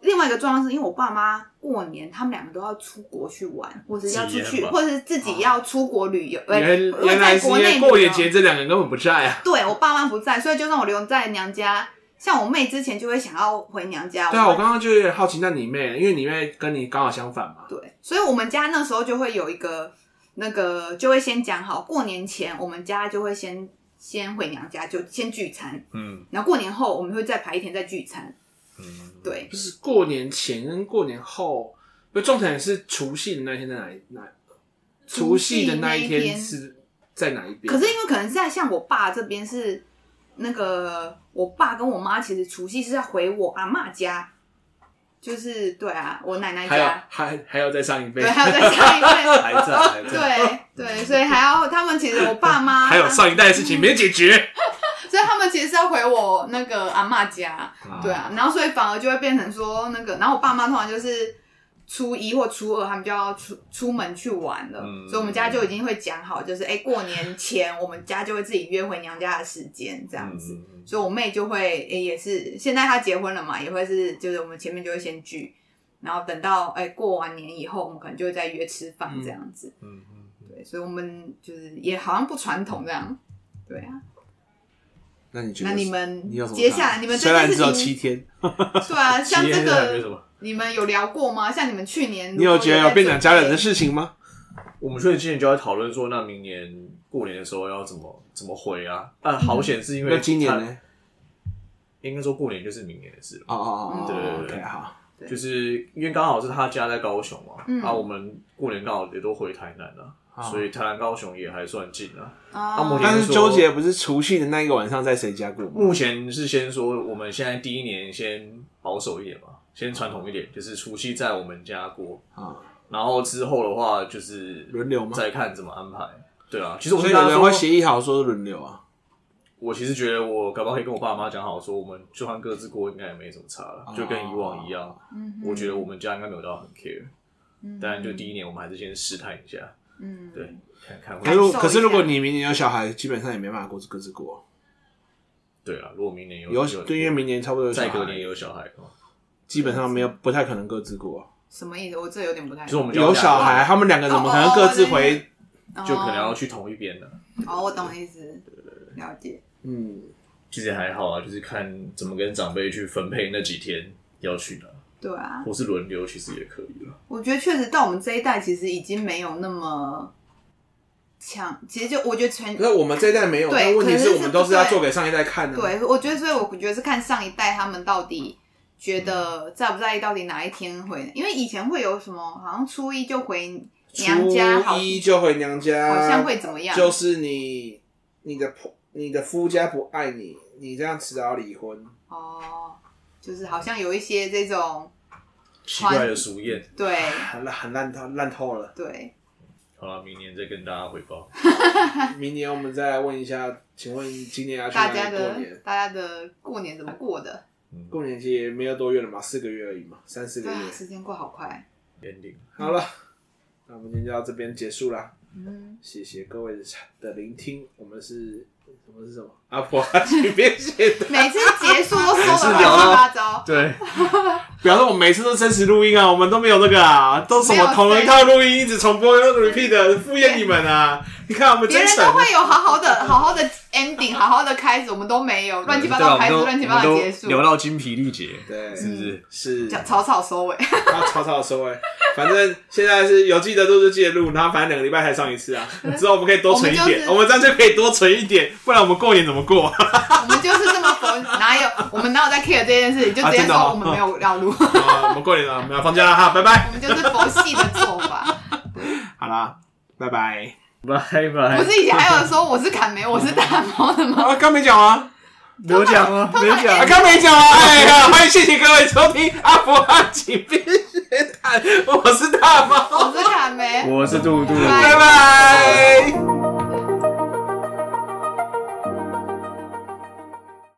另外一个状况是因为我爸妈过年他们两个都要出国去玩，或者是要出
自己
去，
吧
或者是自己要出国旅游，呃
啊原
或者
原来
在
是
国
因
内
为
旅游
过年前这两个人根本不在啊。
对我爸妈不在，所以就让我留在娘家。像我妹之前就会想要回娘家，
对啊，
我
我刚刚就有点好奇，那你妹，因为你妹跟你刚好相反嘛。
对，所以我们家那时候就会有一个那个，就会先讲好，过年前我们家就会先先回娘家，就先聚餐，
嗯
然后过年后我们会再排一天再聚餐。
嗯，
对，
不是过年前跟过年后，不，重点是除夕的那一天在哪一哪？除夕的那一
除夕那
天
一天
是在哪一边？
可是因为可能是在像我爸这边是那个，我爸跟我妈其实除夕是在回我阿嬷家，就是对啊，我奶奶
还有
家，
还还要再上一杯
对，，还有在上一辈，
还在还在。
对对，所以还要他们其实我爸妈，啊
还有上一代的事情没解决。
所以他们其实是要回我那
啊
啊个阿嬷家，对啊，然后所以反而就会变成说那个，然后我爸妈通常就是初一或初二他们就要出出门去玩了，
嗯
所以我们家就已经会讲好，就是哎、过年前我们家就会自己约回娘家的时间这样子。
嗯
所以我妹就会、诶也是现在她结婚了嘛，也会是就是我们前面就会先聚，然后等到哎、过完年以后，我们可能就会再约吃饭这样子。
嗯嗯嗯
对，所以我们就是也好像不传统这样。对啊，
那你觉得
那
是？
你们
你有什么
接
看
下
法
来你们
虽
这件
然只有
事
七
情，
天，
对啊，像
企
这
业是还没什
个
么
你们有聊过吗？像你们去年
你有觉得有变成家人的事情吗？
我们去年今年就要讨论说，那明年过年的时候要怎么怎么回啊？但好险是因为
嗯那今年
他
呢？
应该说过年就是明年的事了，
哦哦哦，
对
对对
，OK，好，
对
就是因为刚好是他家在高雄嘛，
嗯
啊，我们过年刚好也都回台南了、
哦
所以台南高雄也还算近啊。
啊
啊我觉得
但是纠结不是除夕的那一个晚上在谁家过
嗯
吗？
目前是先说我们现在第一年先保守一点嘛，先传统一点，就是除夕在我们家过，
啊，
然后之后的话就是
轮流吗
再看怎么安排。对啊，其实我
所
跟
以
大
有
家
人会
说，
协议好说轮流啊。
我其实觉得我搞不好可以跟我爸妈讲好，说我们就算各自过，应该也没什么差
啊
了，就跟以往一样。
嗯哼
我觉得我们家应该没有到很 care，
嗯
当然就第一年我们还是先试探一下，
嗯
对，看看
可
会。
是如
感受一下
可是如果你明年有小孩，基本上也没办法过各自过。
对啊，如果明年有
有对，因为明年差不多有小
再隔年
孩，
有小孩的
哦
话，
基本上没有不太可能各自过。
什么意思？我这有点不太
就是我们家
有小孩，他们两个怎么可能各自
哦哦对
回？
就可能要去同一边了。
哦，我懂意思，了解。
嗯，
其实也还好啊，就是看怎么跟长辈去分配那几天要去哪，
对啊，
或是轮流，其实也可以了。
我觉得确实到我们这一代，其实已经没有那么强。其实就我觉得全
那我们这一代没有，
对
但问题
可是
是
是
我们都是要做给上一代看的。，
对，我觉得，所以我觉得是看上一代他们到底觉
嗯
得在不在意，到底哪一天回，因为以前会有什么，好像初一就回娘家，好
初一就回娘家，
好像会怎么样？
就是你你的婆你的夫家不爱你，你这样迟早要离婚。
哦，就是好像有一些这种
奇怪的俗谚，
对
很烂，很烂透，烂透 了。
对，
好了，明年再跟大家汇报。
明年我们再来问一下，请问今年啊要去
大
哪
家
里过
的
年？
大家的过年怎么过的？
嗯
过年其实也没有多远了嘛，四个月而已嘛，三四个
对
月。
啊，时间过好快。
，ending，
好了，那我们今天就到这边结束啦，
嗯，
谢谢各位的聆听。我们是我们是什么？阿婆阿奇编写的，
每次结 束都
每次
说的
聊
乱七
到
八糟。
对，
表示我每次都真实录音啊，我们都没有那个啊，都什
没有
么
谁
同一套录音一直重播 repeat 的敷衍你们啊！你看我们
别
真
人
诚
都，会有好好的、好好的 ending，好好的开始，我们都没有，乱七八糟开始，
对啊我
乱
们
七
都
八
我
糟
们都
结束，
聊到精疲力竭，
对，
是不是？
是
讲草草收尾。
他草草收尾。哎反正现在是有记得录就记得录，然后反正两个礼拜才上一次啊。之后我们可以多存一点，我们
我们
这样就可以多存一点，不然我们过年怎么 过？啊
我们就是这么佛，哪有我们哪有在 care 这件事情，就直
啊真
接
的
说
哦
我们没有要录，
啊我们过年了，我们要放假了哈，拜拜
我。们就是佛系的做法。
好啦，拜拜。
拜拜。
不是以前还有说我是侃梅，我是大猫的吗？
啊，刚没讲啊，
没有讲啊，没有讲
啊，
啊。
刚没讲啊。哎呀，欢迎谢谢各位收听阿福阿奇编学谈，我是大猫，
我是侃梅。
我是杜杜，
拜
拜拜。